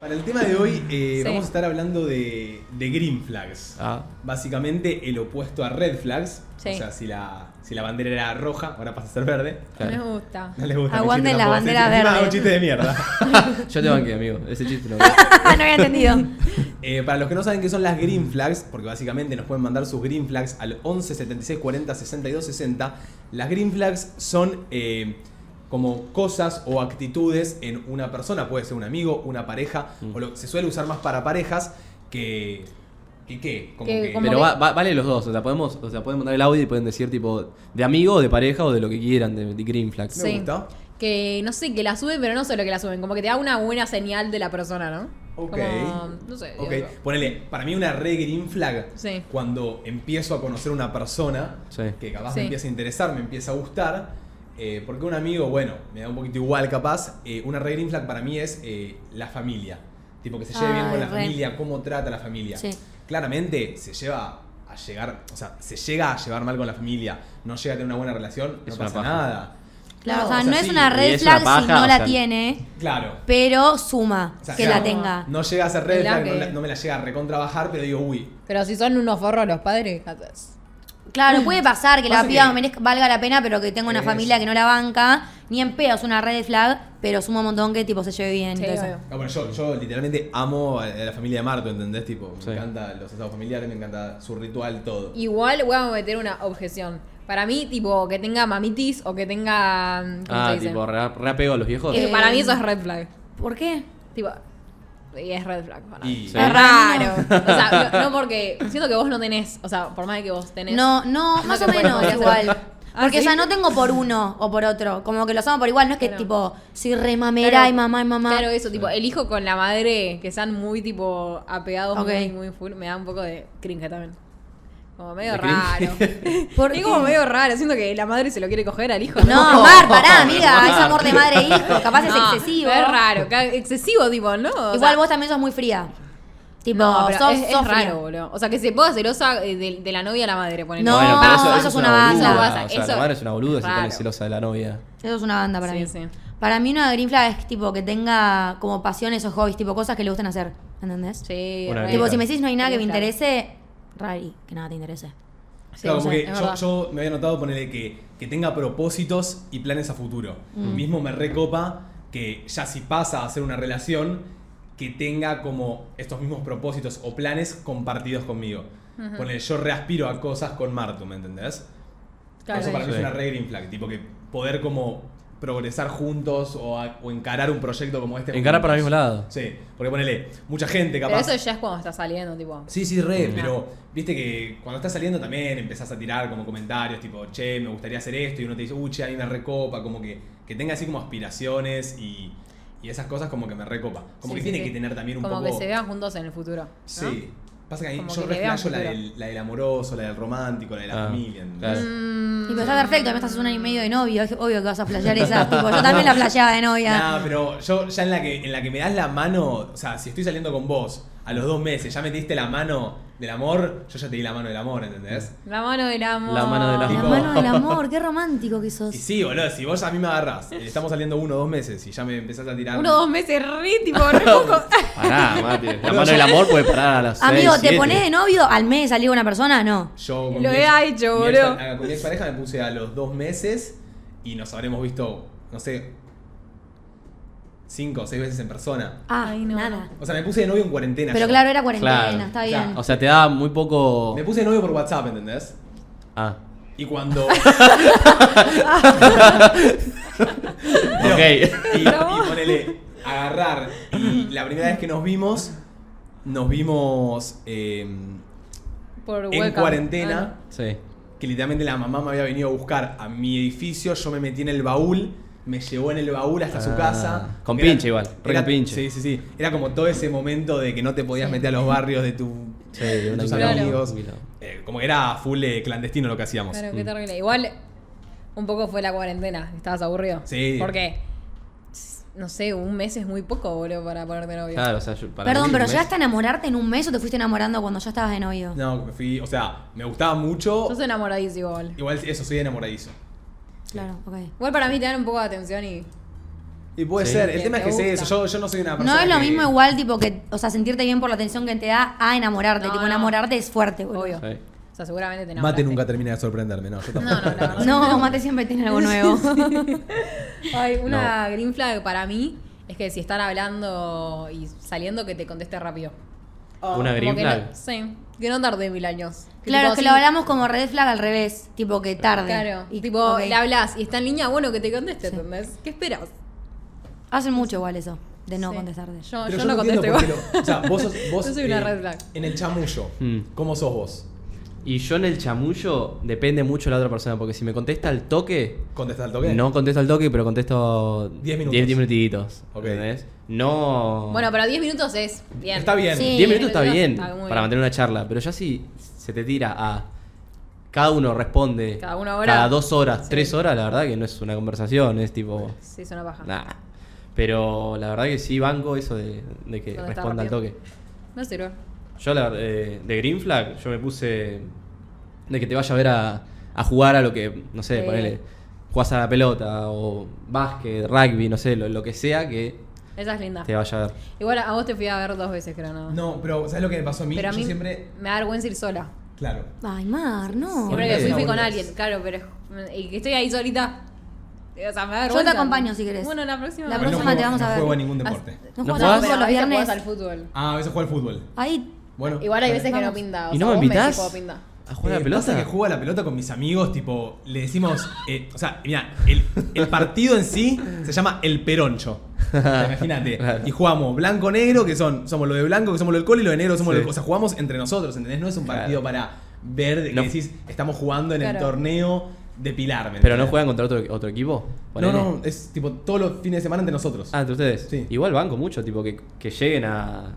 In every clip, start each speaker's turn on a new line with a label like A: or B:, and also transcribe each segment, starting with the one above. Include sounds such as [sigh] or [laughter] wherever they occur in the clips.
A: Para el tema de hoy eh,
B: Sí.
A: vamos a estar hablando de, de green flags.
C: Ah,
A: Básicamente el opuesto a red flags.
B: Sí.
A: O sea, si la, si la bandera era roja, ahora pasa a ser verde.
B: No
C: claro.
B: me gusta.
A: No les gusta. mi
B: Aguante
A: chiste
B: la
A: tampoco. Sí, [laughs] encima
B: bandera
A: hago un
B: verde.
A: chiste de mierda.
C: Yo te banqué, amigo. Ese chiste lo
B: [laughs] Ah, no había entendido.
A: Eh, para los que no saben qué son las green flags, porque básicamente nos pueden mandar sus green flags al 11 76 40 62 60. Las green flags son eh, como cosas o actitudes en una persona, puede ser un amigo, una pareja, o lo, se suele usar más para parejas que. ¿Que qué? Como
B: Que
A: que-
B: [laughs] como-
C: Pero
B: que-
C: va- va- vale los dos. O sea, podemos, o sea, pueden mandar el audio y pueden decir tipo de amigo o de pareja o de lo que quieran, de, de Green Flag.
A: Me
B: Sí.
A: gusta.
B: Que no sé, que la suben, pero no solo que la suben. Como que te da una buena señal de la persona, ¿no?
A: Ok.
B: Como, no sé.
A: Ok,
B: digo,
A: ponele, para mí una re green flag.
B: Sí.
A: Cuando empiezo a conocer una persona
C: Sí.
A: que capaz
B: Sí.
A: me empieza a interesar, me empieza a gustar. eh, porque un amigo, bueno, me da un poquito igual capaz. eh, una re green flag para mí es eh, la familia. Tipo que se lleve bien con
B: Ay,
A: la
B: re.
A: familia, cómo trata a la familia.
B: Sí.
A: Claramente se lleva a llegar, o sea, se llega a llevar mal con la familia, no llega a tener una buena relación,
C: Es
A: no
C: una
A: pasa
C: paja.
A: nada.
D: Claro, o
A: o
D: sea,
A: sea,
D: no
A: sí,
D: es una
C: y
D: red
C: es una
D: flag
C: paja,
D: si no
C: o
D: la
C: sea,
D: tiene,
A: Claro.
D: pero suma
A: O sea,
D: que
A: claro,
D: la tenga.
A: No llega a ser red
B: Claro
A: flag, no,
B: que-
A: la- no me la llega a recontrabajar, pero digo, uy,
B: Pero si son unos forros los padres, jajas.
D: Claro, puede pasar que la
A: Pasa
D: piba
A: que-
D: merezca- valga la pena, pero que tenga una
A: Es.
D: familia que no la banca, ni en pedo es una red flag, pero suma un montón que tipo se lleve bien.
B: Sí,
D: y todo eso.
B: obvio.
A: No, bueno, yo, yo literalmente amo a a la familia de Marto, ¿entendés? Tipo, me
C: Sí.
A: encanta los estados familiares, me encanta su ritual, todo.
B: Igual voy a meter una objeción. Para mí, tipo, que tenga mamitis o que tenga. ¿cómo
C: Ah,
B: se dice?
C: tipo, re, re apego a los viejos.
B: Eh, para mí eso es red flag.
D: ¿Por qué?
B: Tipo. Y es red flag. para mí.
A: Y-
C: Sí.
B: Es raro. O sea, no, no porque. Siento que vos no tenés. O sea, por más de que vos tenés.
D: No, no, más o menos
B: podés
D: igual.
B: Ah,
D: Porque,
B: ¿sí?
D: o sea, no tengo por uno o por otro. Como que los amo por igual. No es que,
B: Claro.
D: tipo, si re mamera
B: Claro,
D: y mamá y mamá.
B: Claro, eso, tipo, el hijo con la madre, que están muy, tipo, apegados,
D: Ok.
B: muy, muy full, me da un poco de cringe también. Como medio
C: ¿De
B: raro.
C: [laughs]
D: ¿Por
B: Es
D: qué?
B: como medio raro, siento que la madre se lo quiere coger al hijo. [laughs]
D: No, Mar, pará, amiga. Es amor de madre e hijo. Capaz es
B: No,
D: excesivo.
B: Es raro, ca- excesivo, tipo, ¿no? O
D: Igual
B: sea,
D: vos también sos muy fría. Tipo,
B: No, pero
D: sos,
B: es, es
D: sos fría.
B: raro, boludo. O sea, que se ponga celosa eh, de, de la novia a la madre, ponele.
D: No,
C: Bueno, pero eso,
D: eso
C: eso
D: es una
C: boluda.
B: banda. Eso
C: O
B: pasa,
C: sea, la
B: eso
C: madre es una boluda
B: es
C: si se pone
B: raro.
C: celosa de la novia.
D: Eso es una banda para
B: Sí,
D: mí.
B: sí.
D: Para mí una green flag es tipo que tenga como pasiones o hobbies, tipo cosas que le gustan hacer. ¿Entendés?
B: Sí,
C: Una
B: re.
D: Tipo,
C: Claro.
D: si me decís no hay nada que me
B: Claro.
D: interese, rari, que nada te interese.
B: Sí,
A: Claro,
B: sí,
A: como que
B: es
A: yo,
B: verdad.
A: yo me había notado ponerle que, que tenga propósitos y planes a futuro. Mismo me recopa que ya si pasa a ser una relación, que tenga como estos mismos propósitos o planes compartidos conmigo. Ponele, yo reaspiro a cosas con Marto, ¿me entendés?
B: Claro,
A: Eso para mí
C: Sí.
A: es una re green flag, tipo que poder como progresar juntos o, a- o encarar un proyecto como este.
C: Encarar para el mismo
A: juntos.
C: lado.
A: Sí, porque ponele, mucha gente
B: Pero
A: capaz.
B: eso ya es cuando está saliendo, tipo.
A: Sí, sí, re,
C: Mm.
A: pero viste que cuando estás saliendo también empezás a tirar como comentarios tipo, che, me gustaría hacer esto, y uno te dice, uy, che, a mí me recopa, como que, que tenga así como aspiraciones y, y esas cosas como que me recopa. Como
B: Sí,
A: que
B: sí,
A: tiene
B: sí.
A: que tener también un
B: Como
A: poco.
B: que se vean juntos en el futuro. ¿no?
A: Sí. Pasa que a mí
B: Como
A: yo
B: que
A: re
B: le vean
A: flasho la
B: futuro.
A: del, la del amoroso, la del romántico, la de la
C: Ah,
A: familia. ¿entendés?
C: claro.
B: Mm.
D: Y pues está perfecto, además estás un año y medio de novio, es obvio que vas a
B: [laughs]
D: flashear esa. tipo, yo también la flasheaba de novia.
A: No, pero yo ya en la, que, en la que me das la mano, o sea, si estoy saliendo con vos a los dos meses, ya me diste la mano del amor, yo ya te di la mano del amor, ¿entendés?
B: La mano del amor.
C: La mano del
D: La
C: tipo-
D: mano del amor, qué romántico que
A: Y
D: sos.
A: sí, boludo, si vos a mí me agarrás, eh, estamos saliendo uno o dos meses y ya me empezás a tirar.
B: Uno dos meses re,
A: [laughs]
B: tipo, re poco.
C: Pará, Mati. La mano del amor puede parar a las
D: Amigo,
C: seis,
D: ¿te
C: siete.
D: pones de novio al mes de salir con una persona? No.
A: Yo con
B: Lo
A: mi
B: he
A: ex-
B: hecho,
A: mi
B: boludo.
A: ex- a- Con mi ex pareja me puse a los dos meses y nos habremos visto, no sé, cinco o seis veces en persona.
D: Ah,
B: Ay, no.
D: nada.
A: O sea, me puse de novio en cuarentena.
D: Pero
A: yo.
D: claro, era cuarentena,
C: Claro,
D: está
A: claro.
D: bien.
C: O sea, te da muy poco.
A: Me puse de novio por WhatsApp, ¿entendés?
C: Ah.
A: Y cuando.
B: [laughs]
C: Ok.
A: Y, y ponele, agarrar. Y la primera vez que nos vimos, nos vimos eh,
B: Por
A: en
B: webcam.
A: cuarentena.
C: Sí.
A: que literalmente la mamá me había venido a buscar a mi edificio, yo me metí en el baúl, me llevó en el baúl hasta su
C: Ah,
A: casa.
C: con
A: Era-
C: pinche igual, re
A: era-
C: con pinche.
A: Sí, sí, sí. Era como todo ese momento de que no te podías meter a los barrios de, tu,
C: Sí,
A: de
C: una
A: tus
B: Claro.
A: amigos.
C: Claro.
A: Eh, como que era full eh, clandestino lo que hacíamos.
B: Claro, qué terrible. Igual, un poco fue la cuarentena. Estabas aburrido.
A: Sí.
B: Porque, no sé, un mes es muy poco, boludo, para ponerte novio.
C: Claro, o sea, yo- para
D: Perdón,
C: mí un
D: pero
C: mes-
D: ¿llegaste a enamorarte en un mes o te fuiste enamorando cuando ya estabas de novio?
A: No, me fui, o sea, me gustaba mucho.
B: Sos enamoradísimo, igual.
A: Igual eso, soy enamoradizo.
D: Claro, ok.
B: Igual para mí te dan un poco de atención y.
A: Y puede
C: Sí.
A: ser. El
B: Que
A: tema es
B: te
A: que sé
B: gusta.
A: eso. Yo, yo no soy una persona.
D: No es lo
A: que-
D: mismo igual, tipo, que, o sea, sentirte bien por la atención que te da a enamorarte.
B: No,
D: tipo,
B: no.
D: enamorarte es fuerte, boludo.
B: Obvio.
C: Sí.
B: O sea, seguramente te
A: Mate
B: enamoraste.
A: nunca termina de sorprenderme, no. Yo [laughs]
B: No, no, la
A: tampoco.
B: verdad.
D: No, Mate siempre tiene
B: [laughs]
D: algo nuevo.
B: Hay una green flag para mí es que si están hablando y saliendo, que te conteste rápido.
E: Una
B: Oh, Como
E: green
B: que
E: flag.
B: no- sí, que no tarde mil años.
D: claro,
B: tipo,
D: es que
B: sí,
D: lo hablamos como red flag al revés. Tipo, que tarde.
B: Claro,
D: Y,
B: tipo,
D: ok.
B: le hablas y está en línea, bueno, que te conteste, ¿entendés? ¿Qué esperas?
D: Hacen mucho igual eso, de no
B: Sí.
D: contestarte.
B: Yo,
A: Pero
B: yo no
A: entiendo
B: contesto
A: por
B: igual.
A: qué lo- O sea, vos sos. Vos,
B: Yo soy una
A: eh,
B: red flag.
A: En el chamullo.
C: Mm.
A: ¿Cómo sos vos?
C: Y yo en el chamullo depende mucho de la otra persona, porque si me contesta al toque,
A: ¿Contestás al toque?
C: no contesto al toque, pero contesto
A: Diez minutos.
C: minutitos.
A: Ok.
C: ¿entendés? No.
B: Bueno, pero 10 minutos es bien.
A: Está bien.
D: Sí.
C: 10 minutos está bien
B: Está
C: para
B: muy bien.
C: mantener una charla, pero ya si se te tira a cada uno responde
B: Cada una hora.
C: cada dos horas, tres horas, la verdad que no es una conversación, es tipo
B: Sí, es una paja.
C: nah. Pero la verdad que sí banco eso de, de que
B: Contestar
C: responda al
B: rápido.
C: toque.
B: No sirve.
C: Yo la, eh, de Green Flag, yo me puse de que te vaya a ver a, a jugar a lo que, no sé,
B: Sí.
C: ponele, jugás a la pelota o básquet, rugby, no sé, lo, lo que sea que
B: Esa es linda.
C: te vaya a ver.
B: Igual a vos te fui a ver dos veces, creo, nada.
A: No, pero ¿sabes lo que me pasó a mí?
B: pero a
A: yo
B: mí
A: siempre.
B: me da vergüenza ir sola.
A: Claro.
D: Ay, Mar, no.
B: Siempre
A: Bueno,
B: que fui,
A: es
B: fui
A: una
B: con
A: boludez.
B: alguien, claro, pero. Y que estoy ahí solita. eh, O sea, me da
D: Yo te
B: vergüenza.
D: acompaño si querés.
B: Bueno, la próxima. vez.
D: La
A: Pero no
D: próxima
A: juego,
D: te vamos a
A: no
D: ver.
A: juego a ningún deporte.
C: ¿No
D: No
C: jugás?
D: jugamos todos
B: Pero
D: los
B: a veces
D: viernes.
B: jugás al fútbol.
A: Ah, a veces juego al fútbol.
D: Ahí,
A: Bueno.
B: Igual hay veces que no
D: Vamos.
B: pinta. o
C: ¿Y
B: sea,
C: no me
B: vos
C: invitás?
B: decís, "Puedo pinta".
C: ¿A jugar a la
A: Eh, pasa
C: pelota?
A: que juego a la pelota con mis amigos, tipo, le decimos. eh, o sea, mira, el, el partido en sí se llama el peroncho. O sea,
C: [laughs]
A: Imagínate. Y jugamos blanco-negro, que son. Somos lo de blanco, que somos lo del cole, y lo de negro somos
C: Sí.
A: lo del. O sea, jugamos entre nosotros, ¿entendés? No es un partido para ver de que
C: No.
A: decís, estamos jugando en el
B: Claro.
A: torneo de Pilar. ¿me
C: Pero no
A: entendés?
C: juegan contra otro, otro equipo.
A: No,
C: ponele.
A: no, es tipo todos los fines de semana entre nosotros.
C: Ah, entre ustedes.
A: Sí.
C: Igual banco mucho, tipo que, que lleguen a.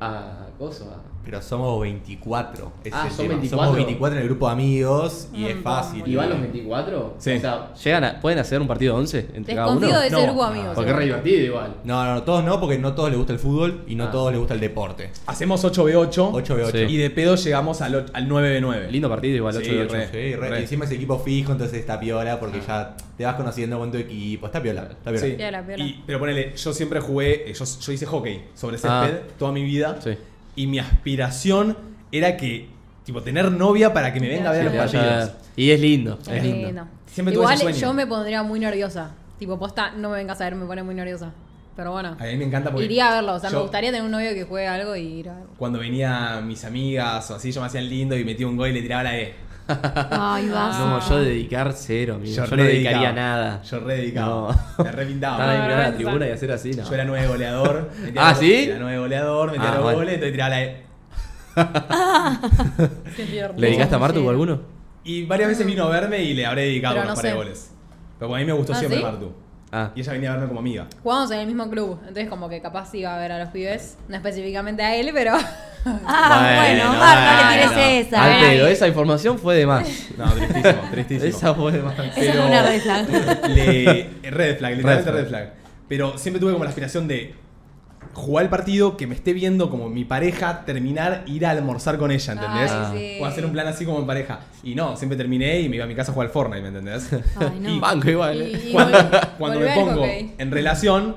C: A. Coso, a-
E: Pero somos 24. ese
C: Ah,
E: es el
C: son
E: tema.
C: 24.
E: Somos 24 en el grupo de amigos
B: Un
E: y
A: Mm,
E: es
B: montón,
E: fácil.
B: boludo. ¿Y van los
C: 24?
A: Sí.
C: O sea, llegan a, ¿pueden hacer un partido de 11 entre cada uno?
B: Desconfío de ese
A: No,
B: grupo,
A: no,
B: amigos.
C: Porque es re divertido igual.
E: No, no, no, todos no, porque no todos les gusta el fútbol y no
C: Ah.
E: todos les gusta el deporte.
A: Hacemos 8v8
E: 8v8.
A: y de pedo llegamos al, o- al 9v9.
C: Lindo partido igual,
A: Sí,
C: 8 de 8.
A: re.
E: Sí, re-
A: Re.
E: encima es equipo fijo, entonces está piola porque
B: Ah.
E: ya te vas conociendo con tu equipo. Está piola, está piola.
A: Sí.
B: Piola, piola.
A: Y- pero ponele, yo siempre jugué, eh, yo, yo hice hockey sobre césped
C: Ah.
A: toda mi vida.
C: Sí.
A: Y mi aspiración era que, tipo, tener novia para que me venga a ver
B: Sí,
A: los
C: Ya, ya,
A: partidos.
C: Y es lindo.
B: Sí,
C: Es lindo.
B: no.
A: Siempre tuve
B: Igual
A: ese sueño.
B: yo me pondría muy nerviosa. Tipo, posta, no me vengas a ver, me pone muy nerviosa. Pero bueno,
A: A mí me encanta porque.
B: iría a verlo. O sea, me
A: yo-
B: gustaría tener un novio que juegue algo y ir a verlo.
A: Cuando venía mis amigas o así, yo me hacían lindo y metía un gol y le tiraba la E. D.
C: [laughs]
D: Ay, vas.
C: No, yo dedicar cero, amigo. Yo, no
A: re
C: dedicaría
A: dedicaba.
C: nada.
A: Yo rededicaba. [laughs]
C: No.
A: Me
C: Estar
A: repintaba.
C: ahí
B: No,
C: mirar a la
B: no,
C: tribuna
B: no.
C: y hacer así, no.
A: Yo era nueve goleador. metía
C: Ah,
A: los-
C: ¿sí?
A: Era nueve goleador, metía
C: Ah,
A: los
C: bueno.
A: goles, entonces tiraba la E.
B: Qué tierno.
C: [laughs] ¿Le dedicaste a Martu o alguno?
A: Y varias veces vino a verme y le habré dedicado
B: Pero
A: unos
B: no
A: par de
B: sé.
A: goles. Pero a mí me gustó
B: ¿Ah,
A: siempre
B: sí?
A: Martu.
C: Ah.
A: Y ella venía a verme como amiga.
B: Jugábamos en el mismo club, entonces como que capaz iba a ver a los pibes, no específicamente a él, pero...
D: Ah, bueno,
C: Bueno,
D: Mar, no le
B: bueno.
D: tires esa.
C: Al
B: Ay.
C: pedo, esa información fue de más.
A: No, tristísimo, tristísimo.
C: Esa fue de más.
D: Esa fue una red
C: [laughs]
D: flag.
A: Le- red flag, literalmente
C: Red
A: red flag. Pero siempre tuve como la aspiración de jugar el partido, que me esté viendo como mi pareja, terminar, ir a almorzar con ella, ¿entendés?
B: Ay, sí.
A: O hacer un plan así como en pareja. Y no, siempre terminé y me iba a mi casa a jugar al Fortnite, ¿me
B: [laughs]
A: entendés?
D: Ay, no.
A: Y
C: Banco igual.
B: Y-
C: eh.
A: [laughs]
B: y
A: cuando,
B: vol-
A: cuando
B: volver
A: me
B: al
A: pongo
B: hockey.
A: en relación,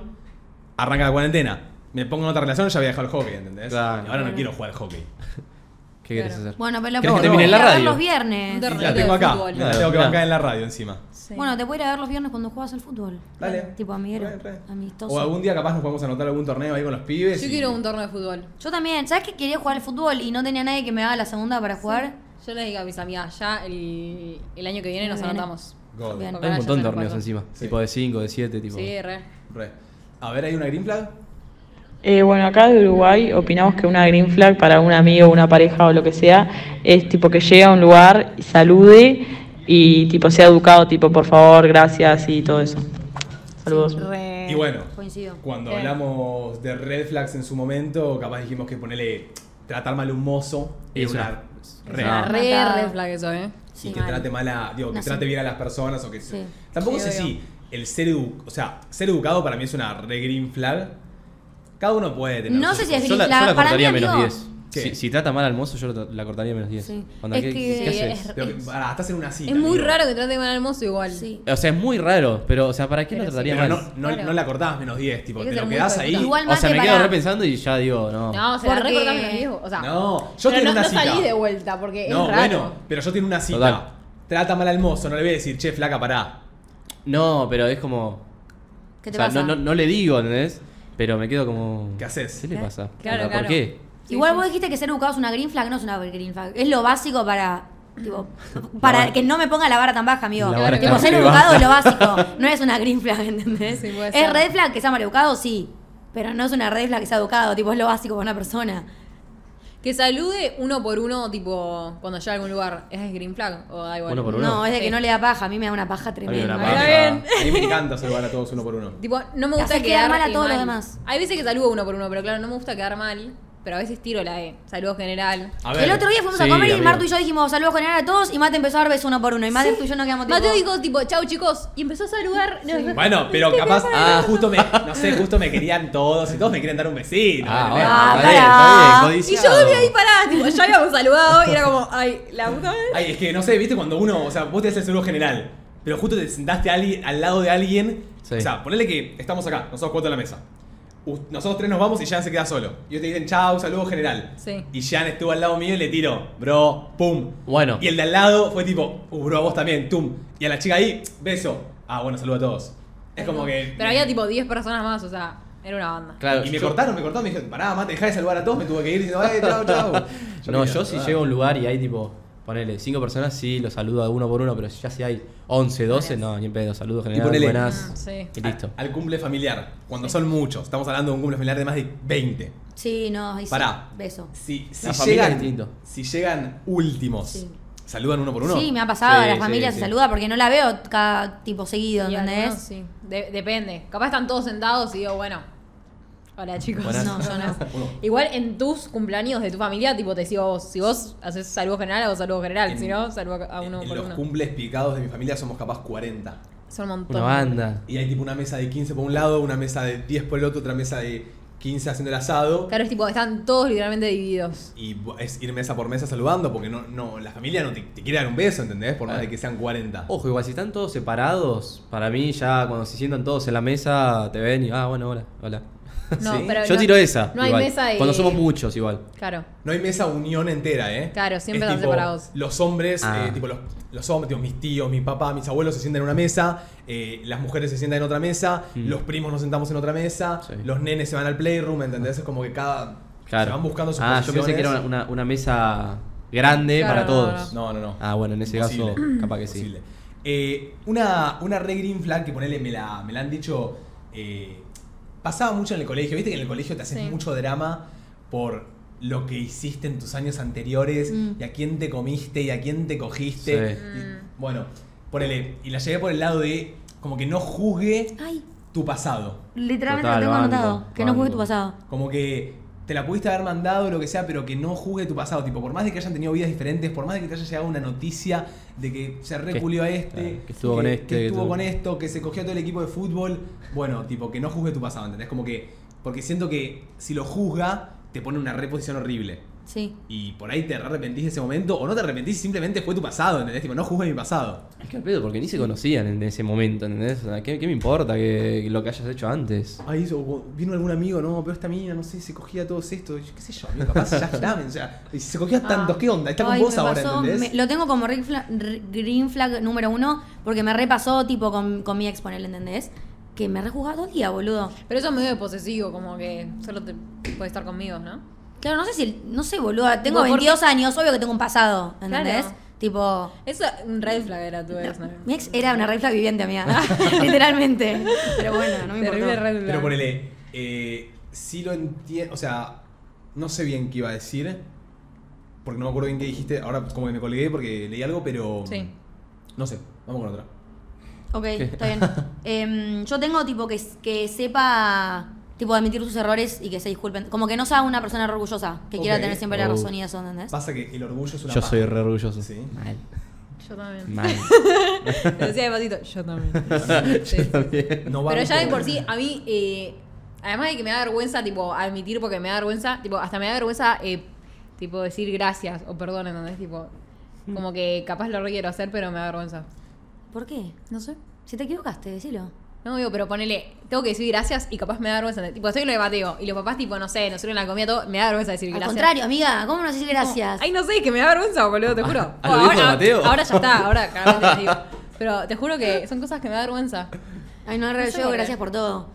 A: arranca la cuarentena. Me pongo en otra relación, ya había dejado el hockey, ¿entendés?
C: Claro.
A: Y ahora no quiero jugar al hockey.
C: ¿Qué quieres
B: Claro.
C: hacer?
D: Bueno, pero la
C: ¿Querés que
D: puedo
C: termine
D: ir
C: la
D: a ver
C: radio?
D: los viernes.
B: De
A: Y
B: Partido
A: la tengo acá.
B: fútbol.
A: La tengo que
C: Claro.
A: bancar en la radio encima.
D: Bueno, te puedo ir a ver los viernes cuando juegas al fútbol.
A: Dale.
D: Tipo amiguero,
A: Re, re.
D: amistoso.
A: O algún día capaz nos podemos anotar algún torneo ahí con los pibes.
B: yo
A: y-
B: quiero un torneo de fútbol.
D: Yo también, ¿sabes que quería jugar al fútbol y no tenía nadie que me haga la segunda para jugar?
B: Yo les digo a mis amigas, ya el, el año que viene nos
D: Viene.
B: anotamos.
A: God.
D: Bien.
B: Porque
C: Hay un
B: ahora
C: montón
B: ya
C: de
B: no
C: torneos
B: juego.
C: encima.
A: Sí.
C: Tipo de 5, de 7, tipo.
B: Sí, re.
A: Re. A ver, ¿hay una green flag?
F: Eh, bueno, acá de Uruguay opinamos que una green flag para un amigo, una pareja o lo que sea, es tipo que llegue a un lugar, salude y tipo sea educado, tipo por favor, gracias y todo eso. Saludos.
D: Re-
A: Y bueno.
D: Coincido.
A: Cuando
B: Bien.
A: hablamos de red flags en su momento, capaz dijimos que ponerle tratar mal a un mozo es
C: Es
A: una red.
C: No.
B: Re,
D: Matado.
B: re flag eso, eh.
A: y
D: Sí,
A: que
D: mal.
A: trate mal a, digo, que
D: No sé.
A: trate bien a las personas o que
D: Sí.
A: tampoco
B: Sí,
A: sé
B: obvio.
A: si el ser edu- o sea, ser educado para mí es una re green flag. Cada uno puede tener
D: No
A: sus
D: sé si es
A: cosas.
C: Yo
D: green
C: la- yo
D: flag.
C: la
D: para mí,
C: cortaría menos
D: amigo,
C: 10.
A: ¿Qué?
C: Si, si trata mal al mozo, yo lo- la cortaría menos 10.
D: Sí.
C: Onda,
D: Es
C: ¿qué-
D: que-
C: qué
B: Sí,
C: haces?
D: es-
A: Pero que- pará, estás en una cita.
B: Es muy
A: amigo.
B: raro que trate mal al mozo igual.
D: Sí.
C: O sea, es muy raro, pero, o sea, ¿para qué lo
B: Pero sí.
C: trataría
A: Pero
C: mal?
A: no, no,
B: Claro.
A: no la cortás menos 10, tipo,
B: Hay que
A: te
B: ser
A: lo
B: muy
A: quedás
B: hijo de
A: ahí.
B: puta.
D: Igual
C: o sea, me
D: mate,
C: quedo
D: pará.
C: repensando y ya digo, no.
B: No, se la
D: Porque-
B: recortás menos 10. O sea,
A: No, yo
B: pero
A: tengo
B: no,
A: una
B: no
A: cita.
B: salís de vuelta porque
A: No,
B: es raro.
A: bueno, pero yo tengo una cita.
C: Total.
A: Trata mal al mozo, no le voy a decir, che, flaca, pará.
C: No, pero es como.
D: ¿Qué te
C: o sea,
D: pasa?
C: No, no, no le digo, ¿entendés? Pero me quedo como.
A: ¿Qué haces?
C: ¿Qué le
D: Claro,
C: pasa?
B: claro,
C: Onda,
B: claro.
C: ¿Por qué?
D: Igual
B: sí.
D: vos dijiste que ser educado es una green flag, no es una green flag. Es lo básico para.
C: [laughs]
D: Tipo, para que no me ponga la vara tan baja, amigo.
C: La vara
D: Tipo,
C: está
D: ser
C: muy
D: educado
C: baja.
D: es lo
C: [laughs]
D: básico. No es una green flag, ¿entendés?
B: Sí, puede
D: es
B: ser.
D: red flag que sea mal educado, sí. Pero no es una red flag que sea educado, tipo, es lo básico para una persona.
B: Que salude uno por uno, tipo, cuando llega a algún lugar. ¿Es green flag o da igual?
C: Uno por uno.
D: No, es de que
B: Sí.
D: no le da paja. A mí me da una paja
C: me da
D: tremenda.
C: una
B: Está
C: paja.
B: bien.
A: A mí me encanta saludar a todos uno por uno.
B: Tipo, no me
D: Te
B: gusta
D: haces quedar mal a
B: eh,
D: todos los demás.
B: Hay veces que saludo uno por uno, pero claro, no me gusta quedar mal. Pero a veces tiro la E. Saludo general.
A: A ver.
D: El otro día fuimos a
C: Sí,
D: comer y
C: amigo.
D: Martu y yo dijimos saludos con a todos y Mate empezó a dar besos uno por uno. Y Mate y yo no quedamos tipo-
B: Mateo dijo, tipo, chau chicos. Y empezó a saludar. No,
A: Bueno, pero capaz,
C: Ah.
A: justo me, no sé, justo me querían todos y todos me quieren dar un besito.
C: Ah,
A: ¿entendés?
D: Ah,
C: bueno, está bien, está bien,
B: Y yo
C: codiciado.
B: volví ahí parada, tipo, ya habíamos saludado y era como, ay, la puta madre.
A: Ay, es que no sé, viste cuando uno, o sea, vos te haces el saludo general, pero justo te sentaste ali- al lado de alguien.
C: Sí.
A: O sea, ponele que estamos acá, nosotros cuatro en la mesa. U- Nosotros tres nos vamos y Jan se queda solo. Y ellos te dicen, chau, saludo general.
B: Sí.
A: Y Jan estuvo al lado mío y le tiro, bro, pum.
C: Bueno.
A: Y el de al lado fue tipo, uh, bro, a vos también, tum. Y a la chica ahí, beso. Ah, bueno, saludo a todos. Es como que.
B: Pero había tipo 10 personas más, o sea, era una banda.
C: Claro,
A: Y me
C: yo-
A: cortaron, me cortaron, me dijeron, pará, mate, dejá de saludar a todos, me tuve que ir diciendo, ay,
C: [laughs]
A: chau, chau.
C: No,
A: mira,
C: yo si
A: ah.
C: llego a un lugar y hay tipo, ponele, cinco personas, sí, los saludo a uno por uno, pero ya si hay 11, 12, no, ni en pedo, saludos general,
A: ponele-
C: buenas.
B: Mm, sí.
C: Y listo.
A: Al cumple familiar, cuando son muchos, estamos hablando de un cumple familiar de más de 20.
D: Sí, no, y sí,
A: Pará.
D: Beso.
A: Si, si
C: La familia es
A: llegan,
C: distinto.
A: si llegan últimos,
D: Sí.
A: ¿saludan uno por uno?
D: Sí, me ha pasado,
C: Sí,
D: a la
C: sí,
D: familia
C: sí.
D: se saluda porque no la veo cada tipo seguido,
B: Y
D: ¿entendés?
B: algunos sí. De- depende. Capaz están todos sentados y digo, bueno. Hola chicos. [laughs]
C: Buenas.
D: No, yo no.
A: Uno.
B: Igual en tus cumpleaños de tu familia, tipo, te sigo vos. Si vos haces saludo general, hago saludo general.
A: En-
B: si no, saludo a
A: En-
B: uno
A: en
B: por
A: los
B: uno.
A: cumples picados de mi familia somos capaz 40.
B: Son un
A: Ah,
B: montón.
C: Una banda.
A: Y hay tipo una mesa de 15 por un lado, una mesa de 10 por el otro, otra mesa de 15 haciendo el asado.
B: Claro, es tipo, están todos literalmente divididos.
A: Y es ir mesa por mesa saludando, porque no, no, la familia no te, te quiere dar un beso, ¿entendés? Por más de que sean 40.
C: Ojo, igual si están todos separados, para mí ya cuando se sientan todos en la mesa, te ven y, ah, bueno, hola, hola.
B: No,
C: [laughs]
A: Sí.
B: pero
C: Yo
B: no-
C: tiro esa.
B: No hay
C: igual.
B: mesa de.
C: Cuando somos muchos, igual.
B: Claro.
A: No hay mesa unión entera, ¿eh?
B: Claro, siempre
A: Es
B: están
A: tipo,
B: separados.
A: Los hombres,
C: Ah.
A: eh, tipo los, los hombres, tipo, mis tíos, mi papá, mis abuelos se sientan en una mesa, eh, las mujeres se sientan en otra mesa,
C: Mm.
A: los primos nos sentamos en otra mesa,
C: Sí.
A: los nenes se van al playroom, ¿entendés? Es como que cada...
C: Claro.
A: Se van buscando sus
C: Ah, yo pensé que
A: posiciones.
C: era una, una- una mesa grande
B: Claro, no,
C: para
B: no,
C: todos.
A: No, no, no.
C: Ah, bueno, en ese
A: Imposible.
C: caso, capaz que sí.
A: Imposible. Eh, una, una re green flag que ponele, me la, me la han dicho. eh, pasaba mucho en el colegio. Viste que en el colegio te haces
B: Sí.
A: mucho drama por lo que hiciste en tus años anteriores
D: Mm.
A: y a quién te comiste y a quién te cogiste.
C: Sí.
A: Y, bueno, ponele. Y la llegué por el lado de como que no juzgue
D: Ay,
A: tu pasado.
D: literalmente
C: Total,
D: lo tengo
C: banco,
D: anotado. Que no
C: banco.
D: juegue tu pasado.
A: Como que te la pudiste haber mandado, lo que sea, pero que no juzgue tu pasado. Tipo, por más de que hayan tenido vidas diferentes, por más de que te haya llegado una noticia de que se reculió a este,
C: claro, que estuvo con este,
A: que
C: que
A: estuvo
C: tuvo-
A: con esto, que se cogió a todo el equipo de fútbol. Bueno, tipo, que no juzgue tu pasado, ¿entendés? Como que. Porque siento que si lo juzga, te pone en una reposición horrible.
D: Sí.
A: Y por ahí te arrepentís de ese momento, o no te arrepentís, simplemente fue tu pasado, ¿entendés? Tipo, no juzgue mi pasado.
C: Es que al pedo, porque ni se conocían en ese momento, ¿entendés? O sea, ¿qué, qué me importa que, que lo que hayas hecho antes?
A: Ahí vino algún amigo, no, pero esta mina, no sé, se cogía a todos estos, qué sé yo, amigo, capaz ya lamen, o sea, y se cogía a tantos, ¿qué onda? Está con
D: Ah. Ay,
A: vos
D: me
A: ahora,
D: pasó,
A: ¿entendés?
D: me- lo tengo como red fla- r- green flag número uno porque me repasó tipo con, con mi ex, ponele, ¿entendés? Que me rejugaba dos días, boludo.
B: Pero eso es medio posesivo, como que solo te puede estar conmigo, ¿no?
D: Claro, no sé si, el- no sé, boludo. Tengo
B: Vos, ¿por
D: 22 años, obvio que tengo un pasado,
B: Claro.
D: ¿entendés? Tipo,
B: Eso, un red flag era tu ex, ¿no?
D: mi ex era una red flag viviente, amiga. [laughs] Literalmente. Pero bueno, no me importó.
B: Terrible red flag.
A: Pero ponele, eh, sí lo entiendo, o sea, no sé bien qué iba a decir, porque no me acuerdo bien qué dijiste, ahora como que me colgué porque leí algo, pero...
B: Sí.
A: No sé, vamos con otra.
D: Ok, está bien. Em, yo tengo tipo que, que sepa tipo admitir sus errores y que se disculpen. Como que no sea una persona orgullosa, que quiera
A: Ok.
D: tener siempre
C: Oh.
D: la razón y eso, ¿entendés?
A: Pasa que el orgullo es una
C: Yo
A: paja.
C: soy re orgulloso.
A: Sí.
C: Mal.
B: Yo también. [laughs]
C: Mal.
B: Te decía de patito,
A: [laughs]
B: yo también. Sí, sí.
C: Yo también.
A: No
B: Pero
A: vamos
B: ya de
A: con-
B: por sí, a mí, eh, además de que me da vergüenza, tipo, admitir porque me da vergüenza, tipo, hasta me da vergüenza eh, Tipo, decir gracias o perdón, ¿entendés? Tipo, como que capaz lo quiero hacer, pero me da vergüenza.
D: ¿Por qué?
B: No sé.
D: Si te equivocaste, decilo.
B: No, digo, pero ponele, tengo que decir gracias y capaz me da vergüenza. Tipo, estoy en lo de bateo y los papás, tipo, no sé, nosotros en la comida todo, me da vergüenza decir
D: Al
B: gracias.
D: contrario, amiga, ¿cómo no decir gracias?
B: Ay, no sé, que me da vergüenza, boludo, te juro.
C: ¿A
B: Bueno,
C: lo dijo Mateo?
B: ahora ya está, ahora claramente lo digo. Pero te juro que son cosas que me da vergüenza.
D: Ay, no,
B: No
D: re,
B: sé
D: yo
B: por qué.
D: gracias por todo.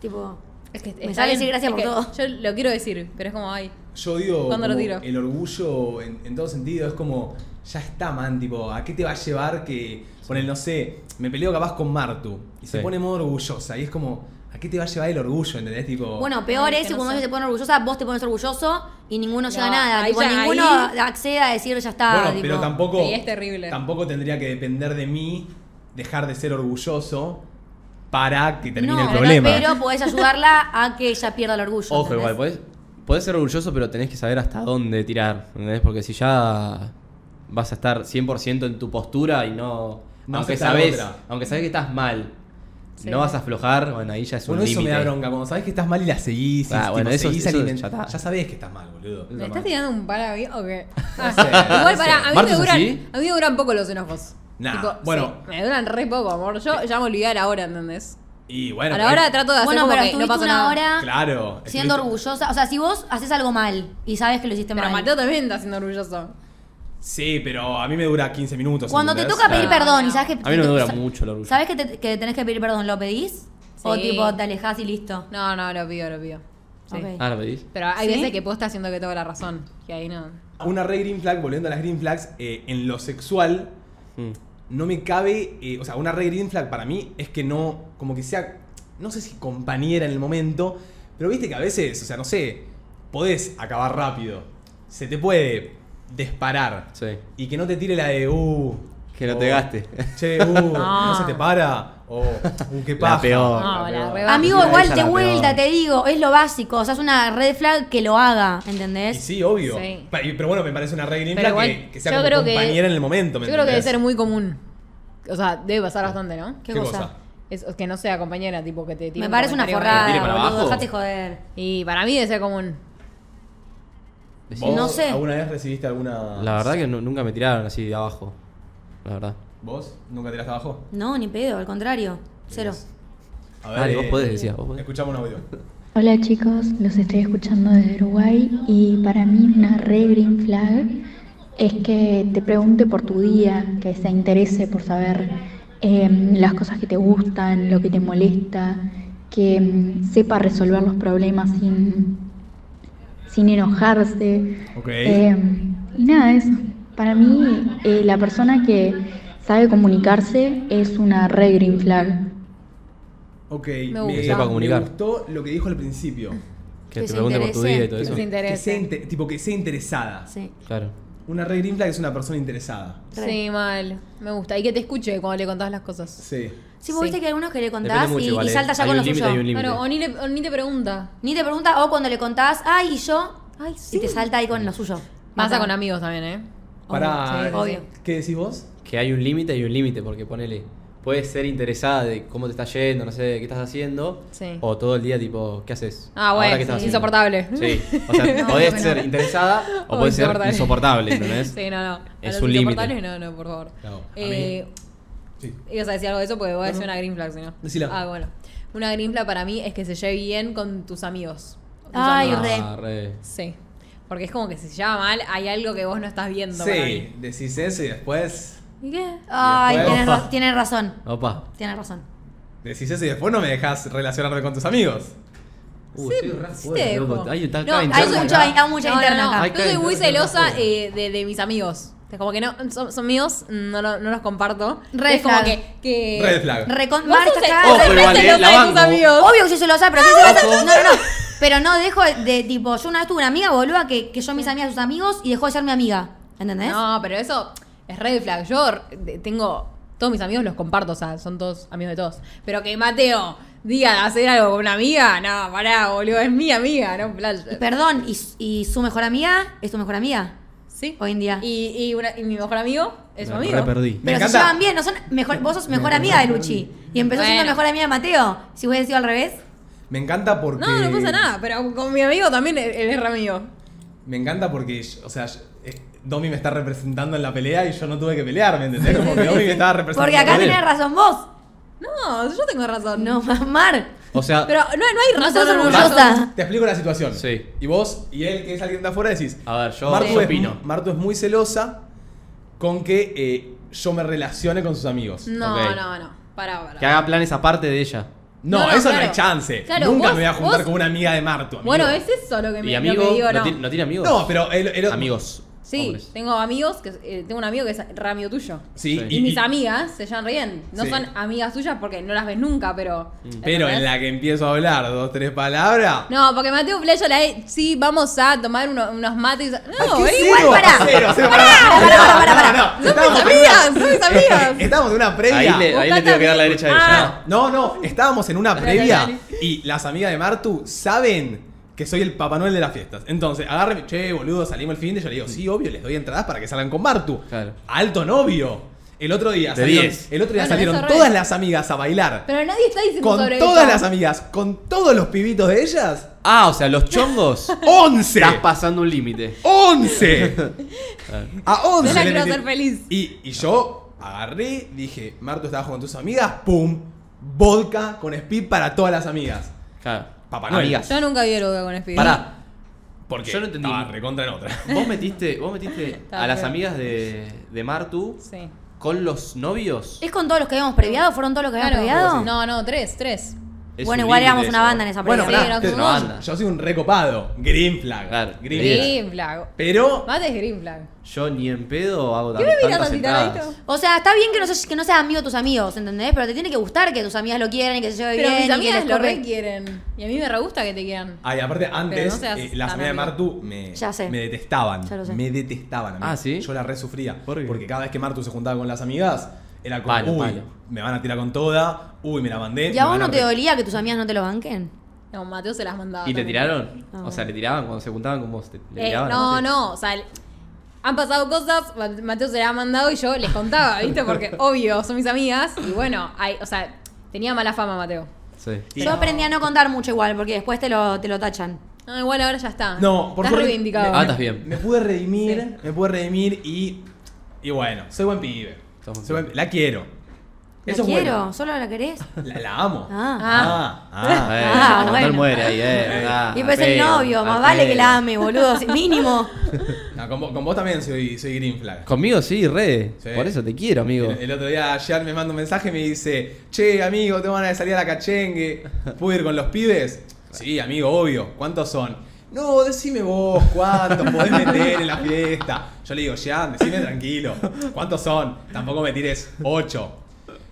D: Tipo,
B: Es que
D: Me
B: está
D: sale
B: bien,
D: decir gracias
B: es
D: por
B: que
D: todo.
B: Yo lo quiero decir, pero es como, ay.
A: Yo odio
B: ¿Cuándo lo
A: como
B: tiro?
A: el orgullo en, en todo sentido, es como, ya está, man, tipo, ¿a qué te va a llevar que, por el, no sé, me peleo capaz con Martu y se
C: Sí.
A: pone muy orgullosa y es como, ¿a qué te va a llevar el orgullo? ¿Entendés? Tipo,
D: bueno, peor
B: Ay, que
D: es que
B: no
D: cuando
B: sé.
D: ellos se ponen orgullosa, vos te pones orgulloso y ninguno llega a
B: No,
D: nada.
B: ahí
D: Tipo,
B: ya-
D: ninguno
B: ahí-
D: accede a decir ya está.
A: Bueno,
D: ah, tipo,
A: pero tampoco.
B: sí, es terrible.
A: Tampoco tendría que depender de mí dejar de ser orgulloso para que termine
D: no,
A: el problema.
D: Pero podés ayudarla a que ella pierda el orgullo.
C: Ojo,
D: ¿entendés?
C: igual, podés, podés ser orgulloso, pero tenés que saber hasta dónde tirar, ¿entendés? Porque si ya vas a estar 100% en tu postura y no...
A: No
C: aunque,
A: aceptar
C: sabés,
A: otra.
C: aunque sabés que estás mal,
B: Sí.
C: no vas a aflojar, bueno, ahí ya es
A: Bueno,
C: un
A: eso
C: límite.
A: me da bronca. Cuando sabes que estás mal y la seguís, y
C: Ah,
A: tipo,
C: bueno, eso-
A: seguís
C: eso
A: aliment-
C: ya
A: ya,
C: está.
A: sabés que estás mal, boludo.
B: ¿Me estás tirando un palo a mí
A: [laughs]
B: o qué? [laughs]
A: No sé,
B: Igual
A: no sé.
B: para, a mí,
C: ¿Marta
B: me
C: es
B: duran,
C: así?
B: a mí me duran poco los enojos.
A: Nah,
B: Tipo,
A: bueno.
B: sí, me duran re poco, amor. Yo ya me olvidé a la hora, ¿entendés?
A: Y bueno, eh,
B: a la hora
A: pero-
B: trato de hacer
D: Bueno,
B: como
D: pero
B: que no
D: estuviste
B: pasa
D: una
B: nada.
D: hora
A: Claro.
D: Ah, siendo
A: estuviste-
D: orgullosa. O sea, si vos haces algo mal y sabes que lo hiciste
B: Pero
D: mal.
B: Mateo también está siendo orgulloso.
A: Sí, pero a mí me dura 15 minutos.
D: Cuando te
A: ¿entendés?
D: toca pedir
B: Claro.
D: perdón y sabes que.
C: A mí no me dura
D: sa-
C: mucho el orgullo.
D: ¿Sabes que, te- que tenés que pedir perdón? ¿Lo pedís? O
B: Sí.
D: tipo, te alejás y listo.
B: No, no, lo pido, lo pido. Sí.
D: Ok.
C: Ah, ¿lo pedís?
B: Pero hay
D: ¿Sí?
B: veces que posta haciendo que tengo la razón. Que ahí no.
A: Una re green flag, volviendo a las green flags, eh, en lo sexual,
C: Mm.
A: no me cabe, eh, o sea, una re green flag para mí es que no, como que sea, no sé si compañera en el momento, pero viste que a veces, o sea, no sé, podés acabar rápido, se te puede disparar
C: Sí.
A: y que no te tire la de, uh,
C: Que no te gaste.
A: Che,
B: [laughs]
A: uh,
B: Ah.
A: no se te para, o, uh, qué paja.
C: La peor.
B: No, la
C: peor.
B: re va-
D: Amigo,
C: Esa
D: igual
C: es
D: de
C: la
D: vuelta,
C: peor.
D: te digo, es lo básico. O sea, es una red flag que lo haga,
A: Y
D: ¿entendés?
A: sí, obvio.
B: Sí.
A: Pa- y- Pero bueno, me parece una re green
B: Pero
A: flag
B: igual,
A: que, que sea
B: yo
A: como
B: creo que-
A: compañera en el momento.
B: Yo
A: ¿me
B: creo que debe
A: entendés?
B: ser muy común. O sea, debe pasar bastante, ¿no?
D: ¿Qué
A: ¿Qué
D: cosa?
A: cosa?
B: Es, es que no sea compañera, tipo que te tire
D: Me
B: un
D: parece una
B: comentario medio-
D: forrada.
C: tire para
D: boludo,
C: abajo?
D: Dejate joder.
B: Y para mí debe ser común.
A: ¿Vos
D: No sé.
A: ¿Alguna vez recibiste alguna.?
C: La verdad que nu- nunca me tiraron así de abajo. La verdad.
A: ¿Vos nunca tiraste abajo?
D: No, ni pedo, al contrario. Cero.
A: A
C: Dale, vos podés, decías, vos podés.
A: Escuchamos un audio.
G: Hola chicos, los estoy escuchando desde Uruguay y para mí una re green flag es que te pregunte por tu día, que se interese por saber em, las cosas que te gustan, lo que te molesta, que em, sepa resolver los problemas sin, sin enojarse.
A: Ok.
G: Em, y nada, eso. Para mí eh, la persona que sabe comunicarse es una re green flag.
A: ok.
B: Me gusta. Sepa
C: comunicar.
A: me gustó lo que dijo al
B: [laughs]
A: principio.
C: Que,
D: Que
C: te
D: se
C: pregunte por tu
D: interese.
C: día y todo
B: Que
C: eso.
B: se interese.
A: Que sea inte- tipo que sea interesada.
D: Sí.
C: Claro.
A: Una red green flag es una persona interesada.
D: Re.
B: Sí, mal. Me gusta. Y que te escuche cuando le contás las cosas.
A: Sí.
D: Sí, vos
B: Sí.
D: viste que algunos que le contás
C: Depende mucho
D: y,
C: igual,
D: y
C: eh.
D: salta ya
C: Hay
D: con
C: un
D: lo
C: límite,
D: suyo.
C: hay un límite.
B: Claro, o ni, le- o ni te pregunta.
D: Ni te pregunta, o cuando le contás, ay, y yo, ay, y te salta ahí con lo suyo.
B: Pasa
D: Matá.
B: con amigos también, ¿eh?
A: Para.
B: sí, obvio.
A: ¿Qué decís vos?
C: Que hay un límite y un límite, porque ponele, puedes ser interesada de cómo te está yendo, no sé, qué estás haciendo,
B: Sí.
C: o todo el día tipo, ¿qué haces?
B: Ah,
C: Ahora,
B: bueno,
C: ¿qué estás
B: sí,
C: haciendo?
B: insoportable.
C: Sí, [laughs] o sea,
D: No,
C: podés
D: no, no.
C: ser interesada [laughs] o podés ser
B: insoportable.
C: [laughs] insoportable, ¿entendés?
B: [laughs] Sí, no, no. A
C: Es
B: los
C: un límite.
B: insoportables, No, no, por favor.
A: No, a mí-
B: eh,
A: Sí.
B: Ibas a decir algo de eso porque voy a decir una green flag, si no.
A: Decila.
B: Ah, bueno. Una green flag para mí es que se lleve bien con tus amigos. Tus
D: Ay,
B: amigos.
D: re.
C: Ah, re.
B: Sí. Porque es como que si se lleva mal, hay algo que vos no estás viendo. para
A: Sí,
B: mí.
A: decís eso y después.
B: ¿Y qué?
D: Ay,
A: después-
D: tienes,
A: Opa.
D: ra- tienes razón.
C: Opa.
D: Tienes razón.
A: Decís eso y después no me dejas relacionarte con tus amigos.
C: Uh,
B: Sí,
C: estoy re
B: sí
C: fuerte,
B: te
C: loco.
B: dejo.
C: Hay, está
B: No,
C: acá
B: hay
D: Hay
C: interna
D: mucho,
C: acá.
D: hay, hay mucha
B: No,
D: interna
B: no, no.
D: acá.
C: Ay,
B: Yo soy
C: cállate,
B: muy
C: no te
B: celosa
C: jodas.
B: eh, de, de mis amigos. Es como que no, son, son míos, no, lo- no los comparto.
D: Red
B: es como
D: flag.
B: que. que
A: Red flag.
D: Recon-
B: Vos
D: Mar
B: sos
D: está acá.
B: el-
C: Ojo,
B: re
C: igual, eh,
B: celosa
C: la
B: de tus
C: banco.
B: amigos.
D: Obvio que soy celosa, pero soy celosa. No, no, no. Pero no dejo de, tipo, yo una vez tuve una amiga, boluda, que, que yo mis amigas sus amigos y dejó de ser mi amiga. ¿Entendés?
B: No, pero eso es red flag. Yo de- tengo. Todos mis amigos los comparto, o sea, son todos amigos de todos. Pero que Mateo diga de hacer algo con una amiga, no, pará, boludo, es mi amiga, no, plan.
D: Y perdón, y, y su mejor amiga es tu mejor amiga.
B: Sí.
D: Hoy en día.
B: Y, y, una- y mi mejor amigo es su
C: Me
B: amigo.
C: re perdí.
A: Me
D: pero se
A: encanta.
D: llevan bien, no son mejor, vos sos mejor amiga de Luchi. Y empezó siendo
B: Bueno.
D: mejor amiga de Mateo. Si hubiese sido al revés.
A: Me encanta porque.
B: No, no pasa nada, pero con mi amigo también él él es re amigo.
A: me encanta porque, yo- o sea, yo- eh, Domi me está representando en la pelea y yo no tuve que pelear, ¿me
B: [laughs]
A: entendés? Como que Domi me estaba representando.
D: Porque acá
A: con él.
D: tenés razón vos.
B: No, yo tengo razón.
D: No, [laughs] Mar.
C: O sea,
B: Pero no, no hay
D: No
B: razón.
D: sos
B: no, no,
A: Martu,
D: orgullosa.
A: Te explico la situación.
C: Sí.
A: Y vos y él, que es alguien de afuera, decís.
C: a ver, yo,
A: Martu,
C: yo
A: es,
C: opino.
A: Martu es muy celosa con que eh, yo me relacione con sus amigos.
B: No,
C: Ok.
B: no, no. Pará, pará.
C: Que haga planes aparte de ella.
A: No,
B: No, no,
A: eso no
B: claro.
A: hay chance.
B: Claro,
A: Nunca
B: vos-
A: me voy a juntar
B: vos-
A: con una amiga de Martu. amigo.
B: Bueno, es eso lo que me
C: y
B: lo
C: amigo,
B: que digo,
C: no,
B: no.
C: ti- no tiene amigos.
A: No, pero el, el-
C: amigos.
B: Sí,
C: hombres.
B: tengo amigos, que eh, tengo un amigo que es ramio tuyo.
A: Sí,
C: Sí.
B: Y, mis amigas se llaman Rien. No
A: Sí. Mm.
B: son amigas tuyas porque no las ves nunca, pero.
A: Pero
B: ¿entendés?
A: en la que empiezo a hablar dos, tres palabras.
B: No, porque Mateo Flecha la he- sí, vamos a tomar uno- unos mates. No,
A: ¿Qué
B: es
A: cero?
B: igual para.
A: Cero, cero, pará. No, no, no, Este,
B: Son mis
A: estábamos en
B: amigas,
A: una-
B: son mis amigas.
A: Estábamos en una previa.
C: Ahí le, ahí le tengo que dar la derecha a ella.
B: Ah.
A: No, no, estábamos en una
B: Dale,
A: previa
B: dale.
A: y las amigas de Martu saben que soy el Papá Noel de las fiestas. Entonces, agárreme, che, boludo, salimos el fin de, yo le digo, sí, obvio, les doy entradas para que salgan con Martu.
C: Claro.
A: Alto novio. El otro día
C: De
A: salieron,
C: 10.
A: el otro día
B: Bueno,
A: salieron
B: eso re.
A: todas las amigas a bailar.
B: Pero nadie está diciendo
A: con
B: sobre
A: todas
B: eso.
A: las amigas, con todos los pibitos de ellas,
C: Ah, o sea, los
A: [laughs]
C: chongos.
A: ¡11!
C: Estás pasando un límite. [laughs]
A: 11. A 11.
B: Yo la
A: le
B: quiero
A: metí.
B: hacer feliz.
A: Y, y yo agarré, dije, Marto, estabas con tus amigas, pum, vodka con speed para todas las amigas.
C: Claro.
A: Papá Noel.
C: Amigas.
B: Yo nunca vi el Oga con Speedy.
C: Pará.
A: Porque
C: Yo no entendí.
A: estaba recontra en otra.
C: Vos metiste, vos
D: [laughs]
C: metiste
B: Está
C: a las
B: feo.
C: amigas de, de Martu
B: Sí.
C: con los novios.
D: ¿Es con todos los que habíamos previado? ¿Fueron todos los que habíamos
B: Claro.
D: previado?
B: No, no, tres, tres.
C: Es
D: Bueno,
C: un
D: igual
C: límite
D: éramos una
C: eso.
D: banda en esa
A: Bueno,
D: previa.
B: Sí,
A: pará,
B: era
A: te-
B: como
C: una
B: vos.
C: banda.
A: yo soy un recopado. Green flag.
C: Claro,
A: Green
C: green
A: flag.
B: Green flag.
A: Pero
B: Mate es green flag.
C: Yo ni en pedo hago tan-
B: ¿Qué me miras
C: tantas
B: así
C: entradas.
B: taradito?
D: O sea, está bien que no, seas, que no seas amigo de tus amigos, ¿entendés? Pero te tiene que gustar que tus amigas lo quieran y que se lleve
B: Pero
D: bien. y
B: mis
D: que
B: amigas
D: les
B: lo
D: corre-
B: re quieren. Y a mí me re gusta que te quieran.
A: Ay, aparte, antes,
B: no seas
A: eh, las
B: tan
A: amigas de
B: amigo.
A: Martu me,
D: Ya sé.
A: me detestaban.
D: Ya lo sé.
A: Me detestaban a mí.
C: Ah, ¿sí?
A: Yo la resufría.
C: ¿Por qué?
A: Porque cada vez que Martu se juntaba con las amigas, era como,
C: Palo,
A: uy,
C: palo.
A: me van a tirar con toda, uy, me la mandé.
D: ¿Y
A: me
D: a vos
A: van
D: no te
A: re-
D: dolía que tus amigas no te lo banquen?
B: No, Mateo se las mandaba.
C: ¿Y te
B: también.
C: tiraron?
D: Ah,
C: O sea, le tiraban cuando se juntaban con vos. te- le
B: Eh,
C: tiraban,
B: no,
C: te-
B: no, o sea, el- han pasado cosas, Ma- Mateo se las ha mandado y yo les contaba, ¿viste? Porque
C: [laughs]
B: obvio, son mis amigas y bueno, hay, o sea, tenía mala fama Mateo.
C: Sí.
D: Yo aprendí a no contar mucho igual, porque después te lo, te lo tachan.
B: No, Ah, igual ahora ya está.
A: No, por
B: Estás
A: suerte-
B: reivindicado.
C: Ah, estás bien.
A: Me pude redimir, me pude redimir y. Y bueno, soy buen pibe.
C: Sos buen
A: Soy buen-
C: pibe.
A: la quiero.
D: ¿La
A: Eso es
D: quiero?
A: bueno.
D: ¿Solo la querés?
A: La, la amo.
D: Ah.
A: Ah, ah.
C: Eh,
D: Ah,
C: cuando
D: bueno.
C: él muere ahí, eh. ah,
D: [laughs] y pues el
C: al pedo,
D: novio,
C: al
D: más vale que
C: pedo.
D: la ame, boludo. si- Mínimo.
A: No, con, vos, con vos también soy, soy green flag.
C: Conmigo sí, re.
A: Sí.
C: Por eso te quiero, amigo.
A: El, el otro día Jan me manda un mensaje y me dice, che, amigo, te van a salir a la cachengue. ¿Puedo ir con los pibes? Sí, amigo, obvio. ¿Cuántos son? No, decime vos, ¿cuántos podés meter en la fiesta? Yo le digo, Jan, decime tranquilo. ¿Cuántos son? Tampoco me tires ocho.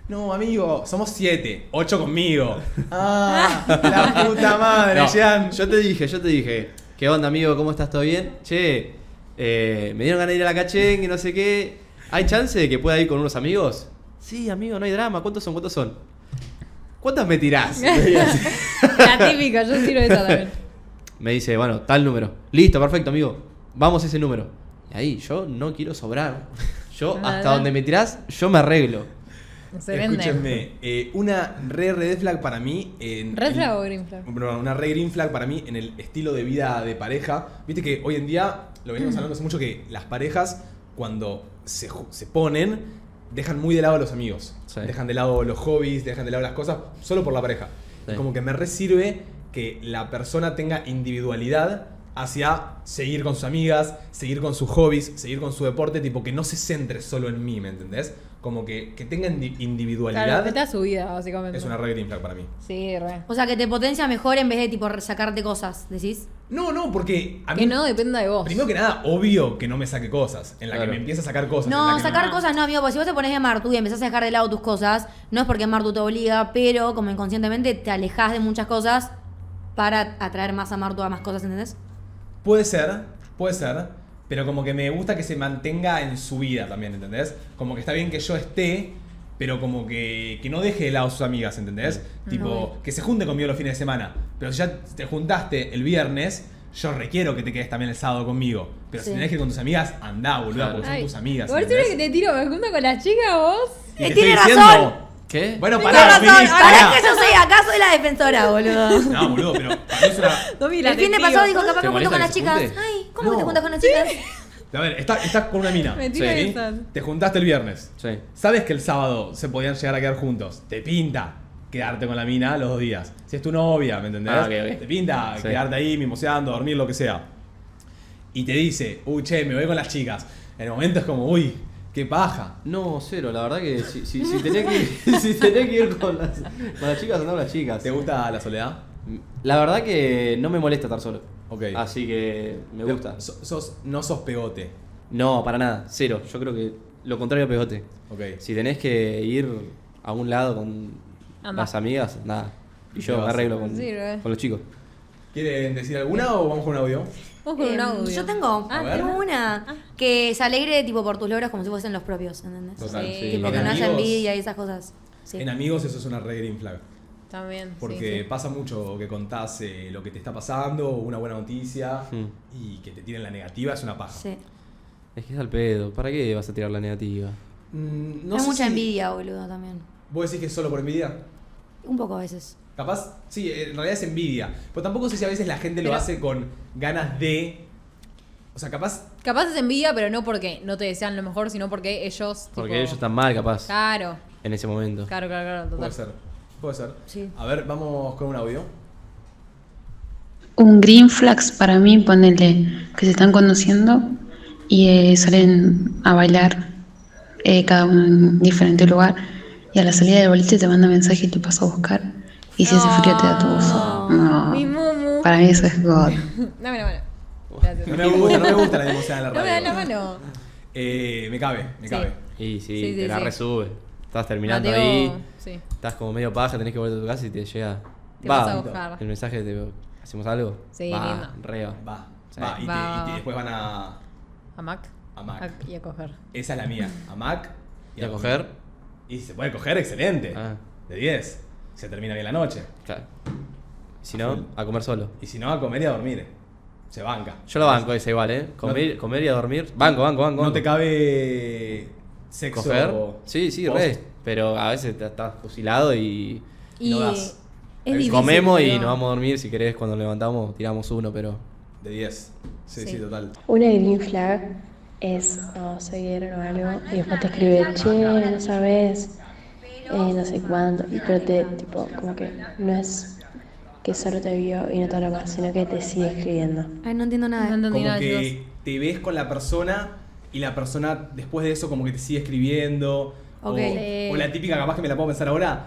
A: No, amigo, somos siete. Ocho conmigo. Ah, la puta madre,
C: No,
A: Jan.
C: Yo te dije, yo te dije. ¿Qué onda, amigo? ¿Cómo estás? ¿Todo bien? Che, eh, me dieron ganas de ir a la cachengue, no sé qué. ¿Hay chance de que pueda ir con unos amigos? Sí, amigo, no hay drama. ¿Cuántos son? ¿Cuántos son? ¿Cuántas me
B: [laughs]
C: tirás?
B: La típica, yo tiro eso también.
C: Me dice, bueno, tal número. Listo, perfecto, amigo. Vamos a ese número. Y ahí, yo no quiero sobrar. Yo,
B: Nada.
C: hasta donde me tirás, yo me arreglo.
B: Se vende.
A: Escúchenme, eh, una re red flag para mí. En,
B: ¿Red
A: en-
B: flag o green flag?
A: Perdón, una re green flag para mí en el estilo de vida de pareja. Viste que hoy en día, lo
B: Mm.
A: venimos hablando hace mucho, que las parejas, cuando se, ju- se ponen, dejan muy de lado a los amigos.
C: Sí.
A: Dejan de lado los hobbies, dejan de lado las cosas, solo por la pareja.
C: Sí.
A: Y Como que me re sirve que la persona tenga individualidad hacia seguir con sus amigas, seguir con sus hobbies, seguir con su deporte, tipo que no se centre solo en mí, ¿me entendés? Como que, que tenga indi-
B: Claro,
A: individualidad
B: que te da su vida, básicamente.
A: es una re green flag para mí.
B: Sí, re.
D: O sea, que te potencia mejor en vez de tipo sacarte cosas, ¿decís?
A: No, no, porque a mí
B: Que no dependa de vos.
A: Primero que nada, obvio que no me saque cosas. En la
C: Claro.
A: que me empieza a sacar cosas. en la
D: No,
A: que
D: sacar
A: me-
D: cosas no, amigo, porque si vos te pones de Martu y empezás a dejar de lado tus cosas, no es porque Martu te obliga, pero como inconscientemente te alejás de muchas cosas para atraer más a Martu a más cosas, ¿entendés?
A: Puede ser, puede ser. Pero como que me gusta que se mantenga en su vida también, ¿entendés? Como que está bien que yo esté, pero como que, que no deje de lado a sus amigas, ¿entendés? Tipo, que se junte conmigo los fines de semana. Pero si ya te juntaste el viernes, yo requiero que te quedes también el sábado conmigo. Pero si
D: Sí.
A: tenés que ir con tus amigas, andá, boludo,
C: Claro.
A: porque son
B: Ay,
A: tus amigas.
B: Por eso
A: ¿entendés?
B: que te tiro, me junto con la chica vos.
A: Y te
D: Eh, tiene
A: estoy
D: razón.
A: diciendo-
C: ¿Qué?
A: Bueno,
B: Tiene
A: pará,
B: razón,
A: Fini,
B: ahora
A: pará.
D: Ahora es que yo soy, acá soy la defensora, boludo.
A: No, boludo, pero para mí es una-
B: Domi, la
D: El fin de
B: testigo.
D: pasado dijo, capaz
C: ¿Te
D: me junto
C: molesta
D: con
C: que
D: las
C: se
D: chicas.
C: junte?
D: Ay, ¿Cómo
A: No.
D: que te juntas con las chicas?
A: A ver, estás está con una mina.
B: Mentira
A: ¿sí?
B: esas.
A: Te juntaste el viernes.
C: Sí.
A: Sabes que el sábado se podían llegar a quedar juntos. Te pinta quedarte con la mina los dos días. Si es tu novia, ¿me entendés?
C: Ah, ok, ok.
A: Te pinta
C: Sí.
A: quedarte ahí mimoseando, dormir, lo que sea. Y te dice, uy, che, me voy con las chicas. En el momento es como, uy, qué paja.
C: No, cero, la verdad que si, si, si tenía, que ir, [laughs] si tenía que ir con las, con las chicas, andaba con las chicas.
A: ¿Te gusta la soledad?
C: La verdad que no me molesta estar solo.
A: Ok.
C: Así que me gusta.
A: So- sos- no sos pegote.
C: No, para nada, cero. Yo creo que lo contrario a pegote.
A: Ok.
C: Si tenés que ir a un lado con
B: Anda.
C: las amigas, nada. Y
A: Te
C: yo me
A: vas.
C: arreglo con,
B: Sí, re.
C: con los chicos.
A: ¿Quieren decir alguna o vamos con un audio?
B: Vos con
D: Em,
B: un audio.
D: Yo tengo,
B: Ah,
A: ver.
D: tengo una que se alegre tipo por tus logros como si fuesen los propios, ¿entendés?
A: Total,
B: Sí.
A: sí.
D: Tipo
A: En
D: que no haya
A: amigos-
D: envidia y esas cosas. Sí.
A: En amigos eso es una red green flag.
B: También.
A: Porque
B: sí,
A: pasa mucho que contás eh, lo que te está pasando, una buena noticia,
C: Mm.
A: y que te tiren la negativa es una paja.
D: Sí.
C: Es que es al pedo. ¿Para qué vas a tirar la negativa?
A: Mm, no
D: Hay
A: sé
D: mucha
A: si-
D: envidia, boludo, también.
A: ¿Vos decís que es solo por envidia?
D: Un poco a veces.
A: Capaz, sí, en realidad es envidia. Pero tampoco sé si a veces la gente lo
B: Pero-
A: hace con ganas de. O sea, capaz.
B: sí. Capaz es envidia, pero no porque no te desean lo mejor, sino porque ellos.
C: Porque
B: tipo,
C: ellos están mal, capaz,
B: Claro,
C: en ese momento.
B: claro, claro, claro,
A: Puede
B: total.
A: ser. Puede ser.
D: Sí.
A: A ver, vamos con un audio.
G: Un green flags para mí, ponele que se están conociendo y eh, salen a bailar eh, cada uno en diferente lugar y a la salida del boliche te manda mensaje y te paso a buscar y si hace frío te da tu buzo. No.
B: Ah, Mi mumu.
G: Para mí eso es God.
B: Dame la mano. Gracias.
A: No me gusta, no me gusta la emoción en la
B: No me
A: radio.
B: das la mano.
A: Eh, me cabe, me cabe.
C: Y sí,
B: Sí, sí,
C: te la
B: sí.
C: resube. Estás terminando
B: Mateo,
C: ahí,
B: Sí.
C: estás como medio paja, tenés que volver a tu casa y te llega.
B: Te
C: va,
B: vas a buscar.
C: El mensaje de ¿hacemos algo?
B: Sí,
C: va,
B: lindo.
C: re va.
A: Va,
C: Sí.
A: va, y,
B: Va,
A: te-
B: va,
A: y te-
B: va.
A: después van a.
B: A Mac.
A: A Mac.
B: A- y a coger.
A: Esa es la mía. A Mac
C: ¿Y a coger?
A: Y si se puede coger, excelente.
C: Ah.
A: De 10. Se termina bien la noche.
C: Claro. Si no, a comer solo.
A: Y si no, a comer y a dormir. Se banca.
C: Yo lo banco esa igual, ¿eh? Comer, comer y a dormir. Banco, banco, banco.
A: No
C: banco.
A: te cabe sexo.
C: ¿Coger? Sí, sí,
A: post.
C: re. Pero a veces te- estás fusilado y
A: Y no das.
B: es
A: Ahí
B: difícil,
C: comemos y
B: pero-
C: nos vamos a dormir. Si querés, cuando levantamos, tiramos uno, pero...
A: De 10. Sí, sí,
B: Sí.
A: total.
H: Una green flag es no seguir o algo y después te escribe, che, no sabes, eh, no sé cuándo, pero te, tipo, como que no es que solo te vio y no te habla más, sino que te sigue escribiendo.
D: Ay, no entiendo nada.
B: No entendí
A: Como
B: nada, chicos.
A: que te ves con la persona y la persona después de eso como que te sigue escribiendo. o-
D: Ok.
B: Sí.
A: O, la típica, capaz que me la puedo pensar ahora.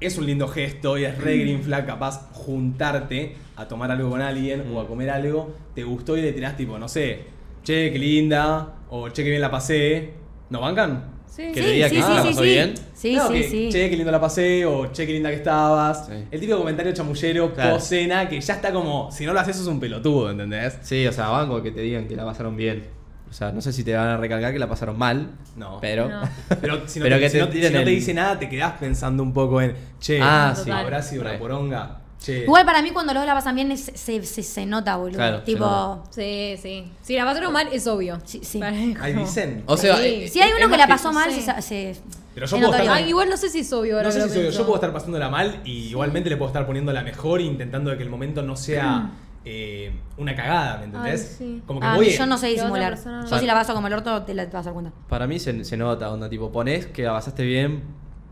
A: Es un lindo gesto y es re
D: Mm.
A: green flag, capaz juntarte a tomar algo con alguien
C: Mm.
A: o a comer algo. Te gustó y le tirás tipo, no sé, che, qué linda, o che, qué bien la pasé. ¿No bancan?
B: Sí,
C: Que
B: sí.
C: le diga que
D: sí,
C: no, la
D: sí,
C: pasó
D: sí.
C: bien.
D: Sí,
A: No,
D: sí,
A: que,
D: sí.
A: Che, qué lindo la pasé, o che, qué linda que estabas.
C: Sí.
A: El típico comentario chamullero,
C: Claro.
A: cena que ya está como, si no lo haces, sos un pelotudo, ¿entendés?
C: Sí, o sea, banco que te digan que la pasaron bien. O sea, no sé si te van a recalcar que la pasaron mal.
A: No.
C: Pero...
B: No.
C: [laughs]
A: Pero si no,
C: Pero
A: te,
C: que
A: si
C: te
A: no te- si
C: tiren
A: no te
C: el-
A: dice nada, te quedás pensando un poco en, che,
C: Ah,
B: sí.
A: habrá sido una
C: Re.
A: poronga. Che,
D: Igual para mí cuando los dos la pasan bien es- se, se, se nota, boludo.
C: Claro, se
D: tipo.
C: nota.
B: Sí, sí. Si la pasaron mal, es obvio.
D: Sí, sí.
A: ahí dicen.
C: O sea,
B: Sí.
C: eh,
D: Si hay
C: es
D: uno que
C: más
D: la pasó
B: no
D: mal,
B: sé.
D: se, sa- se-
A: Pero yo
D: se
A: puedo
D: nota
A: estar-
B: Ah,
D: bien.
B: igual no sé si es obvio. ahora
A: No sé
B: que
A: si
B: lo
A: soy yo,
B: pienso.
A: yo puedo estar pasándola mal y igualmente le puedo estar poniendo la mejor e intentando de que el momento no
D: [clears throat]
A: sea eh, una cagada, ¿me entendés?
B: Ay, sí.
A: Como que
D: Ah,
A: voy.
D: yo no sé
B: Que otra
D: disimular.
B: persona-
D: Yo si la paso como el orto, te la te vas a dar cuenta.
C: eh, Para mí se, se nota, onda, tipo, ponés que la pasaste bien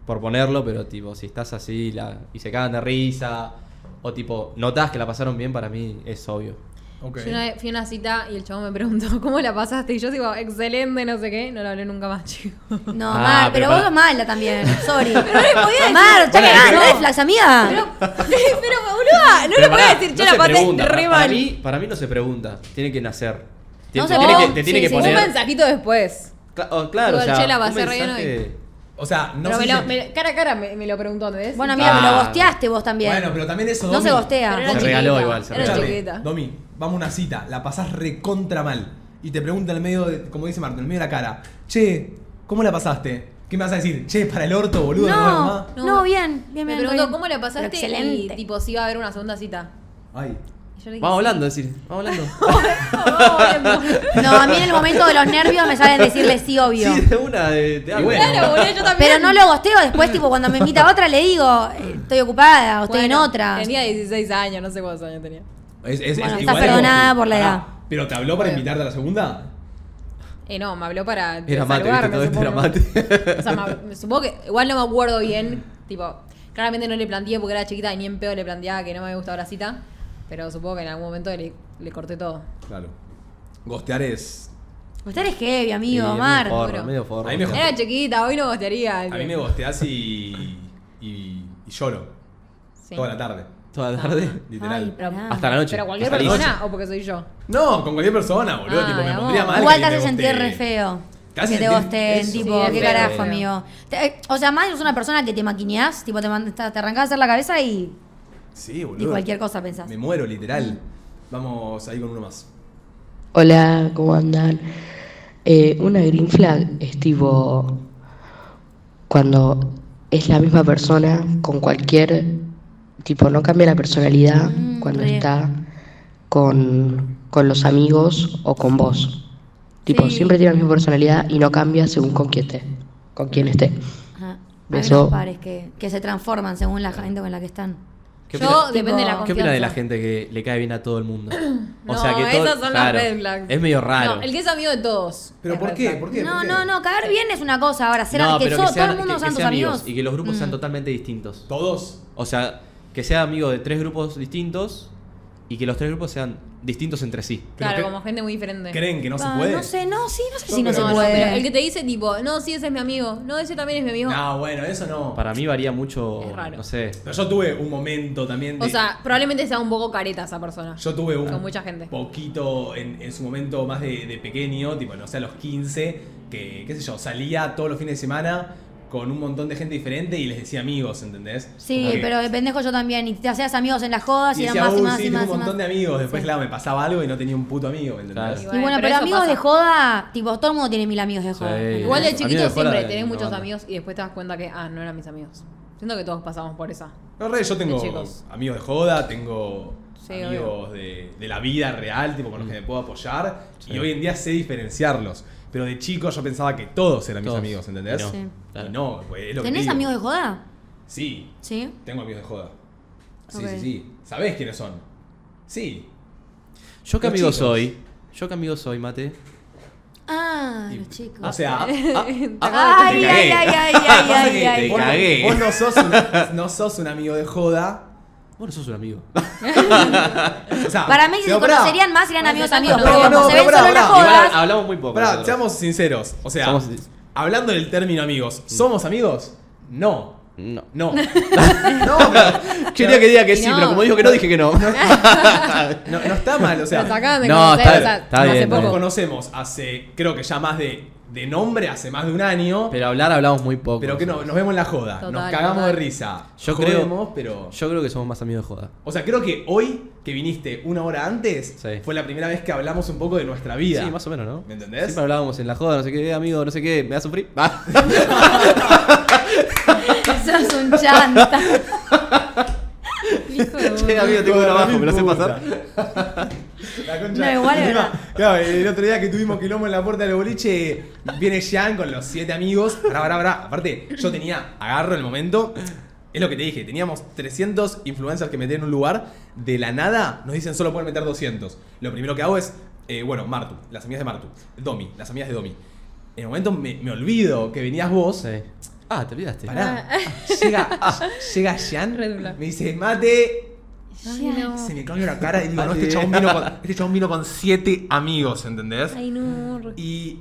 C: por ponerlo, pero tipo, si estás así la, y se cagan de risa, o tipo, notás que la pasaron bien, para mí es obvio.
A: Ok.
B: Yo una vez fui a una cita y el chabón me preguntó, [laughs] ¿cómo la pasaste? Y yo digo, excelente, no sé qué. No la hablé nunca más, [laughs] chicos.
D: No,
C: Ah,
D: mal,
C: pero
D: pero
C: para-
D: vos sos mala también. Sorry. Pero no
B: le podía decir-
D: Mar,
C: Para,
D: ya que
C: pero-
D: no flags, amiga.
B: Pero, pero boluda, no le
C: Pero
B: podía
C: pará,
B: decir,
C: no
B: yo
C: se
B: la pasé
C: pregunta,
B: re
C: para, para
B: mal.
C: mí, para mí no se pregunta, tiene que nacer. Te,
D: No
C: te
D: se
C: tiene que,
D: pregunta,
C: te tiene
D: sí,
C: que
D: sí.
B: Un
C: poner.
B: mensajito después.
C: Cla- oh, claro, o
B: Igual,
C: sea,
B: che, la
C: un
B: pasé re bien
C: mensaje-
A: O sea, no
B: pero
A: sé
B: me
A: si-
B: lo- me- cara a cara me, me lo preguntó, ¿entendés?
D: Bueno,
B: mira
D: amiga, me
C: Ah.
D: lo gosteaste vos también.
A: Bueno, pero también eso.
D: no se
A: Domi.
D: gostea.
B: Pero era
C: Se
B: chiquita,
C: regaló igual, se
B: Era
C: regaló.
B: chiquita.
A: Domi, vamos a una cita, la pasás recontra mal. Y te pregunta en medio, de- como dice Marta, en medio de la cara, che, ¿cómo la pasaste? ¿Qué me vas a decir? Che, para el orto, boludo, no, hagas
D: No,
A: más?
D: no,
B: No.
D: bien, bien, bien.
B: Me
D: re
B: preguntó
D: bien.
B: cómo la
D: Pero
B: pasaste y
D: Excelente.
B: tipo si iba a haber una segunda
D: [laughs]
B: cita.
A: Ay.
B: Y yo le dije,
C: Vamos hablando, es decir, vamos hablando.
B: [laughs] "Vamos, vamos".
D: No, a mí en el momento de los nervios me salen decirle sí, obvio.
C: [laughs] Sí, de una, de, te da
A: Y bueno.
C: cuenta.
B: Claro, boludo, yo también.
D: Pero no lo gosteo después, tipo, cuando me invita a otra le digo, eh, estoy ocupada o estoy en
B: Bueno,
D: otra.
B: Tenía 16 años, no sé cuántos años tenía.
A: Es, es-
D: Bueno,
A: es
D: estás
A: igual-
D: perdonada por la
A: Pará,
D: edad.
A: ¿Pero te habló para invitarte a la segunda?
B: Eh, no, me habló para
C: Era mate,
B: salvarme,
C: viste, todo esto era
B: supongo.
C: mate.
B: O sea, me- me supongo que igual no me acuerdo bien, tipo, claramente no le planteé porque era chiquita y ni en pedo le planteaba que no me había gustado la cita, pero supongo que en algún momento le, le corté todo.
A: Claro. Gostear es.
D: Usted es heavy, amigo,
C: Sí,
D: Omar.
C: medio forro,
B: bro.
C: medio forro.
A: A mí me
B: Era chiquita, hoy no gostearía.
A: A mí me gosteás y. y, y lloro.
B: Sí.
A: Toda la tarde.
C: Toda la tarde.
A: Literal.
D: Ay, pero-
C: Hasta la noche.
B: Pero cualquier
C: Hasta la
B: persona
C: noche.
B: o porque soy yo.
A: No, con cualquier persona, boludo.
B: Ay,
A: tipo, me
B: amor.
A: pondría mal.
D: Igual
A: que
D: te hace
A: me
D: sentir
A: gostee.
D: re feo.
A: Te hace
D: que te
A: sentir-
D: gosten,
A: eso.
D: tipo,
B: Sí,
D: qué
B: es
D: carajo,
B: feo.
D: amigo. Te- eh, o sea, más es una persona que te maquineás, tipo, te, mand- te arrancás a hacer la cabeza y,
A: Sí,
D: y
A: boludo.
D: cualquier cosa pensás.
A: Me muero, literal. Vamos ahí con uno más.
I: Hola, ¿cómo andan? Eh, una green flag es tipo cuando es la misma persona con cualquier, tipo no cambia la personalidad
D: Mm,
I: cuando
D: re.
I: está con, con los amigos o con vos. Tipo,
D: Sí.
I: siempre tiene la misma personalidad y no cambia según con quién esté. Con quién esté.
D: Ajá. Hay
I: Beso.
D: unos pares que, que se transforman según la gente con la que están.
C: ¿Qué
B: yo
C: opina-
B: depende de la
D: Tipo-
C: ¿Qué opina de la
B: confianza.
C: gente que le cae bien a todo el mundo? O
B: No,
C: sea que todo,
B: esas son las
C: claro,
B: red flags.
C: Es medio raro.
B: No, el que es amigo de todos.
A: ¿Pero
B: es
A: por
B: red
A: qué?
B: flag.
A: ¿Por qué?
D: No,
A: ¿Por qué?
D: no, no, caer bien es una cosa. Ahora, ser
C: No,
D: que,
C: pero
D: so- todo
C: sean-
D: el
C: que-
D: mundo
C: que
D: sean tus
C: sean amigos,
D: amigos.
C: Y que los grupos sean totalmente distintos.
A: Todos.
C: O sea, que sea amigo de tres grupos distintos y que los tres grupos sean distintos entre sí.
A: Pero
B: Claro,
A: que-
B: como gente muy diferente.
A: ¿Creen que no
D: Ah,
A: se puede?
D: No sé, no, sí, no sé
A: No,
D: si no,
A: pero-
D: se
B: No, no,
D: puede.
B: pero el que te dice tipo, no, sí, ese es mi amigo, no, ese también es mi amigo.
A: No, bueno, eso no.
C: Para mí varía mucho,
B: Es raro.
C: no sé.
A: Pero yo tuve un momento también de.
B: O sea, probablemente sea un poco careta esa persona.
A: yo tuve un
B: con mucha gente.
A: poquito en, en su momento más de, de pequeño, tipo, no sé, a los 15, que, qué sé yo, salía todos los fines de semana con un montón de gente diferente y les decía amigos, ¿entendés?
D: Sí,
A: Como que-
D: pero de pendejo yo también. Y te hacías amigos en las jodas
A: Y
D: y, eran
A: decía,
D: más y
A: uy,
D: más
A: sí,
D: y
A: tengo
D: más.
A: un
D: y más.
A: montón de amigos. Después, claro, me pasaba algo y no tenía un puto amigo, ¿entendés?
C: Claro.
D: Y bueno, pero,
B: eso
D: amigos
B: pasa.
D: de joda, tipo, todo el mundo tiene mil amigos de joda.
C: Sí.
B: Igual de
C: Amigos de
B: chiquito
C: joda
B: siempre
C: de
B: tenés
C: una
B: muchos
C: banda.
B: amigos y después te das cuenta que, ah, no eran mis amigos. Siento que todos pasamos por esa.
A: No, re, yo tengo
B: De chicos.
A: amigos de joda, tengo
B: Sí,
A: amigos de, de la vida real, tipo, con los
C: Mm.
A: que me puedo apoyar. Y hoy en día sé diferenciarlos. Pero de chico yo pensaba que todos eran
C: Todos.
A: mis amigos, ¿entendés?
C: Y no.
A: Y
D: Sí.
A: no,
C: Claro.
A: pues, es lo que
D: ¿Tenés
A: digo.
D: amigos de joda?
A: Sí,
D: Sí.
A: tengo amigos de joda. Sí,
D: Ok.
A: sí, sí. ¿Sabés quiénes son? Sí.
C: Yo que
A: Los
C: amigo
A: chicos.
C: soy. Yo que amigo soy, mate.
D: Ah,
A: Y-
D: los chicos.
A: O
D: [laughs]
A: sea,
D: ay,
C: te
D: ay,
C: cagué.
A: [laughs]
D: ay, ay, ay,
C: Pasa
D: ay,
C: que
D: ay.
C: te
A: vos, no-
C: cagué.
A: vos no, sos un, no sos un amigo de joda.
C: Bueno, sos un amigo.
A: O sea,
D: Para mí, si se
A: pero pará,
D: conocerían más, serían
B: No,
D: amigos
B: no,
D: amigos.
B: no,
D: Pero
B: no,
D: como
A: no,
D: se
A: pero
D: ven solo
A: pará,
D: en las
A: pará.
C: Igual
D: jodas.
C: hablamos muy poco.
A: Pará,
C: nosotros.
A: seamos sinceros. O sea,
C: Somos-
A: hablando del término amigos,
E: Mm.
A: ¿somos amigos? No.
C: No.
D: [laughs]
A: No. no, pero-
C: Quería que diga que
B: Y
C: sí,
B: no.
C: pero como dijo que no, dije que no.
A: no, no está mal, o sea,
B: Nos acaban de
C: no,
B: conocer,
C: está-
B: o sea,
C: está
B: hace
C: bien, está
A: nos
B: poco.
C: bien.
A: conocemos hace, creo que ya más de, de nombre, hace más de un año, pero,
C: Pero hablar hablamos muy poco.
A: que no, nos vemos en la joda, nos
B: Total,
A: cagamos
B: total.
A: de risa.
C: Yo
A: Jodemos,
C: creo-
A: pero...
C: Yo creo que somos más amigos de joda.
A: O sea, creo que hoy, que viniste una hora antes,
C: Sí.
A: fue la primera vez que hablamos un poco de nuestra vida.
C: Sí, más o menos, ¿no?
A: ¿Me entendés?
C: Siempre hablábamos en la joda, no sé qué, amigo, no sé qué, ¿me vas a sufrir? [laughs] Ah.
D: [laughs] Sos un chanta.
A: [laughs]
B: Hijo de
C: Che, amigo, tengo un trabajo, ¿me lo sé pasar?
A: La concha.
D: No, igual es verdad.
A: claro, el otro día que tuvimos quilombo en la puerta del boliche, viene Jean con los siete amigos. Pará, pará, pará. Aparte, yo tenía, agarro el momento. Es lo que te dije, teníamos 300 influencers que meter en un lugar, de la nada nos dicen solo pueden meter 200. Lo primero que hago es, eh, bueno, Martu, las amigas de Martu, Domi, las amigas de Domi. En el momento me, me olvido que venías vos,
C: Sí. Ah, te olvidaste.
A: Pará. Ah, Llega, llega Jean, me dice, mate.
D: Ah.
A: Se me cambia la cara y digo, no, este chabón vino con, este chabón vino con siete amigos, ¿entendés?
B: Ay, no.
A: Y,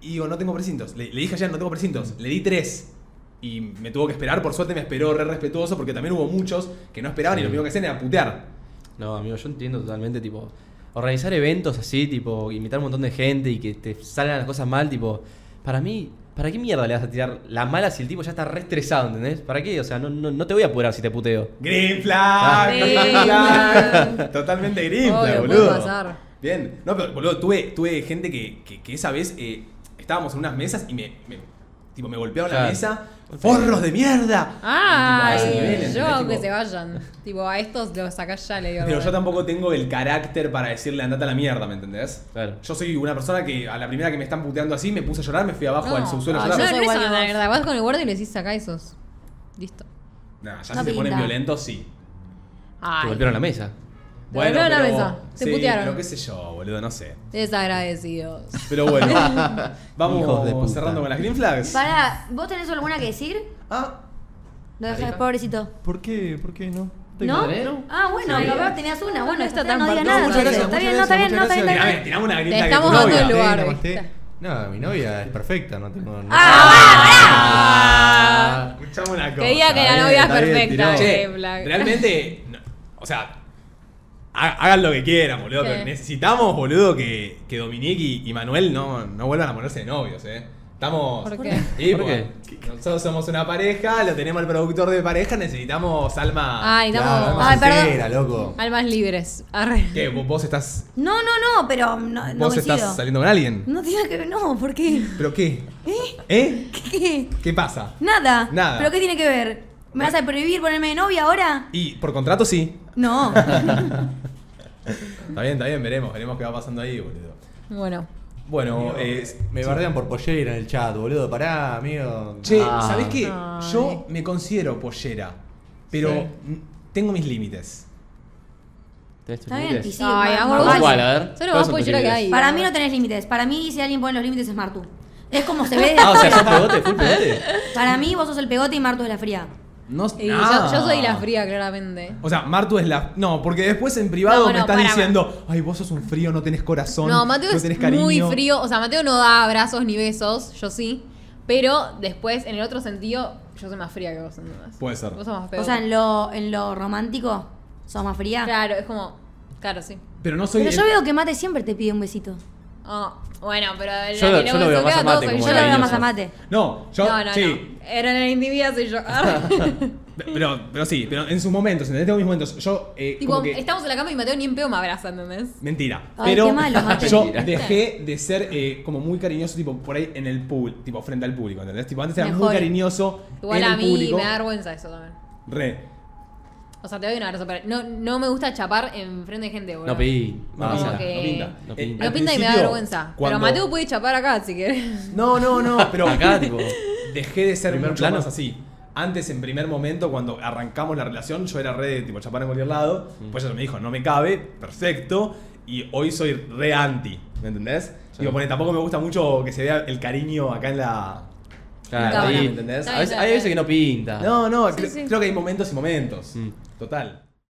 A: y digo, no tengo precintos. Le, le dije a Jean, no tengo precintos. Le di tres. Y me tuvo que esperar, por suerte me esperó re respetuoso porque también hubo muchos que no esperaban y
C: Mm.
A: lo primero que hacían era putear.
C: No, amigo, yo entiendo totalmente, tipo, organizar eventos así, tipo, invitar un montón de gente y que te salgan las cosas mal, tipo, para mí, ¿para qué mierda le vas a tirar la mala si el tipo ya está re estresado, ¿entendés? ¿Para qué? O sea, no, no, no te voy a apurar si te puteo.
A: Green
C: Ah.
A: flag, green
C: [laughs]
A: flag. Totalmente green flag,
B: Obvio, puede
A: boludo.
B: pasar.
A: Bien. No, pero boludo, tuve, tuve gente que, que, que esa vez eh, estábamos en unas mesas y me, me- tipo, me golpearon la
C: Claro.
A: mesa. ¡Forros de mierda! Y, tipo, a ese nivel,
B: Ay,
A: ¿entendés?
B: yo aunque
A: Tipo,
B: se vayan. Tipo, a estos los sacás ya, le digo.
A: Pero yo
B: ¿verdad?
A: tampoco tengo el carácter para decirle andate a la mierda, ¿me entendés?
C: Claro.
A: Yo soy una persona que a la primera que me están puteando así me puse a llorar, me fui abajo
B: No,
A: al subsuelo
B: no,
A: a
B: yo
A: llorar.
B: no
D: Soy
B: es
D: igual
B: esa
D: que vos.
B: manera. Vas con el guardia y le decís acá esos. Listo.
A: Nah, ya
D: No
A: si se ponen
D: pinta.
A: violentos, sí.
C: Te
B: Ay.
C: golpearon la mesa.
B: Bueno, no, la mesa. Se
A: sí,
B: putearon.
A: Pero qué sé yo, boludo, no sé.
B: Desagradecidos.
A: Pero
B: [laughs]
A: bueno,
C: Hijos de puta.
A: vamos cerrando con las green flags.
D: Para, ¿vos tenés alguna que decir?
A: Ah,
D: Lo dejas, pobrecito.
E: ¿Por qué? ¿Por qué no?
D: ¿No?
C: ¿No?
D: Ah, bueno,
C: Sí.
D: capaz tenías una. Bueno,
B: No
D: no
B: está
D: está
B: tan
D: no diga
B: partido.
D: nada.
B: Muchas
D: entonces.
E: gracias,
D: está bien, no,
E: muchas
D: está bien, no, está
E: gracias,
D: bien, está
E: muchas
A: tirame,
D: bien.
A: tirame una green
B: Te
A: flag. de
B: estamos
A: tu
B: dando
A: novia.
B: el lugar,
E: Tengo
B: ¿viste?
E: este- No, mi novia es perfecta, no tengo. no-
B: ¡Ah!
A: Escuchame una cosa.
B: Creía que la
C: bien,
B: novia es
C: está bien,
B: perfecta.
C: tiró.
B: Che,
A: Che,
B: Black.
A: realmente, no, o sea, ha- hagan lo que quieran, boludo.
B: ¿Qué?
A: Pero necesitamos, boludo, que, que Dominique y, y Manuel no, no vuelvan a ponerse de novios, eh. Estamos.
B: ¿Por qué?
A: Sí,
C: ¿Por
A: porque
C: qué?
A: Nosotros somos una pareja, lo tenemos al productor de pareja, necesitamos alma.
B: Ay, damos
E: Claro,
D: Ay, perdón.
E: sincera, loco.
B: [laughs] almas libres. Arre.
A: ¿Qué? ¿Vos vos estás,
D: No, no, no, pero no, no
A: vos
D: coincido.
A: estás saliendo con alguien?
D: No tiene que ver, no, ¿por qué? [laughs]
A: ¿Pero qué? ¿Eh?
D: ¿Qué?
A: ¿Qué pasa?
D: Nada.
A: Nada.
D: ¿Pero qué tiene que ver? ¿Me vas a prohibir ponerme de novia ahora?
A: Y por contrato sí.
D: No.
A: Está bien, está bien, veremos, veremos qué va pasando ahí, boludo.
B: Bueno.
A: Bueno, eh,
E: Me bardean por pollera en el chat, boludo. Pará, amigo.
A: Che,
C: Ah.
A: ¿sabés qué?
B: Ay.
A: Yo me considero pollera, pero mm, tengo mis límites.
C: ¿Tenés tus
D: Está bien.
C: límites?
D: Y sí,
B: Ay,
D: más-
B: amor, ¿eh?
D: más
B: vos-
D: vale.
C: ¿Cuál? A ver,
B: Solo
C: ¿cuáles
B: más
C: son tus
B: pollera que
C: límites?
B: hay.
D: Para mí no tenés límites. Para mí, si alguien pone los límites, es Martu. Es como se
A: [laughs]
D: ve.
C: Ah, o sea, sos pegote, full pegote.
D: Para mí, vos sos el pegote y Martu es la fría.
A: No,
B: Y
A: ah.
B: yo, yo soy la fría, claramente.
A: O sea, Martu es la. No, porque después en privado
B: No, no,
A: me estás
B: para,
A: diciendo, ay, vos sos un frío, no tenés corazón,
B: No, Mateo
A: no
B: es
A: tenés cariño.
B: muy frío. O sea, Mateo no da abrazos ni besos, yo sí. Pero después, en el otro sentido, yo soy más fría que vos, ¿entendés?
A: Puede ser.
B: Vos sos más peor.
D: O sea, en lo, en lo romántico, sos más fría.
B: claro, es como. Claro, sí.
A: Pero no soy.
D: Pero
A: el-
D: yo veo que Mate siempre te pide un besito.
B: Ah, bueno, pero en
C: Yo
B: la
C: lo-
B: que
C: yo lo veo
B: besuquea,
C: más a
B: todos
C: Mate
B: soy
C: como
D: Yo
B: yo.
D: lo veo
C: cariñoso.
D: más a Mate.
A: No, yo.
B: No, no,
A: sí.
B: no. Era en la intimidad soy
A: [laughs]
B: yo. [laughs]
A: Pero, pero sí, pero en sus momentos, ¿entendés? Tengo mis momentos. Yo. Eh,
B: tipo,
A: como que-
B: estamos en la cama y Mateo ni en peo me abraza, ¿entendés?
A: Mentira.
D: Ay,
A: pero [laughs]
D: qué malo, Mate.
A: yo
C: Mentira.
A: dejé de ser eh, como muy cariñoso, tipo, por ahí en el público, tipo, frente al público, ¿entendés? Tipo, antes era
D: Mejor.
A: muy cariñoso.
B: Igual
A: en
B: a
A: el
B: mí
A: público.
B: me da vergüenza eso también.
A: Re.
B: O sea, te doy un abrazo, pero no, no me gusta chapar en frente de gente, boludo.
C: No pedí.
A: No,
B: Como
A: pinta,
B: que-
A: no pinta.
C: No
A: Eh,
C: pinta.
B: No
A: al
B: pinta y me da
A: principio,
B: vergüenza.
A: cuando-
B: Pero Mateo puede chapar acá si querés.
A: No, no,
C: [laughs]
A: no, pero
C: Acá, tipo.
A: dejé de ser
C: Primer
A: mucho
C: plano.
A: más así. Antes, en primer momento, cuando arrancamos la relación, yo era re de tipo chapar en cualquier lado.
C: Mm.
A: Pues ella me dijo, no me cabe, perfecto. Y hoy soy re anti, ¿me entendés? Digo, pone, tampoco me gusta mucho que se vea el cariño acá en la.
C: Claro,
B: Cámara.
C: ahí,
A: ¿Entendés?
C: A veces- hay veces que no pinta.
A: No, no, creo,
B: sí.
C: Mm.
A: creo que hay momentos y momentos. Total.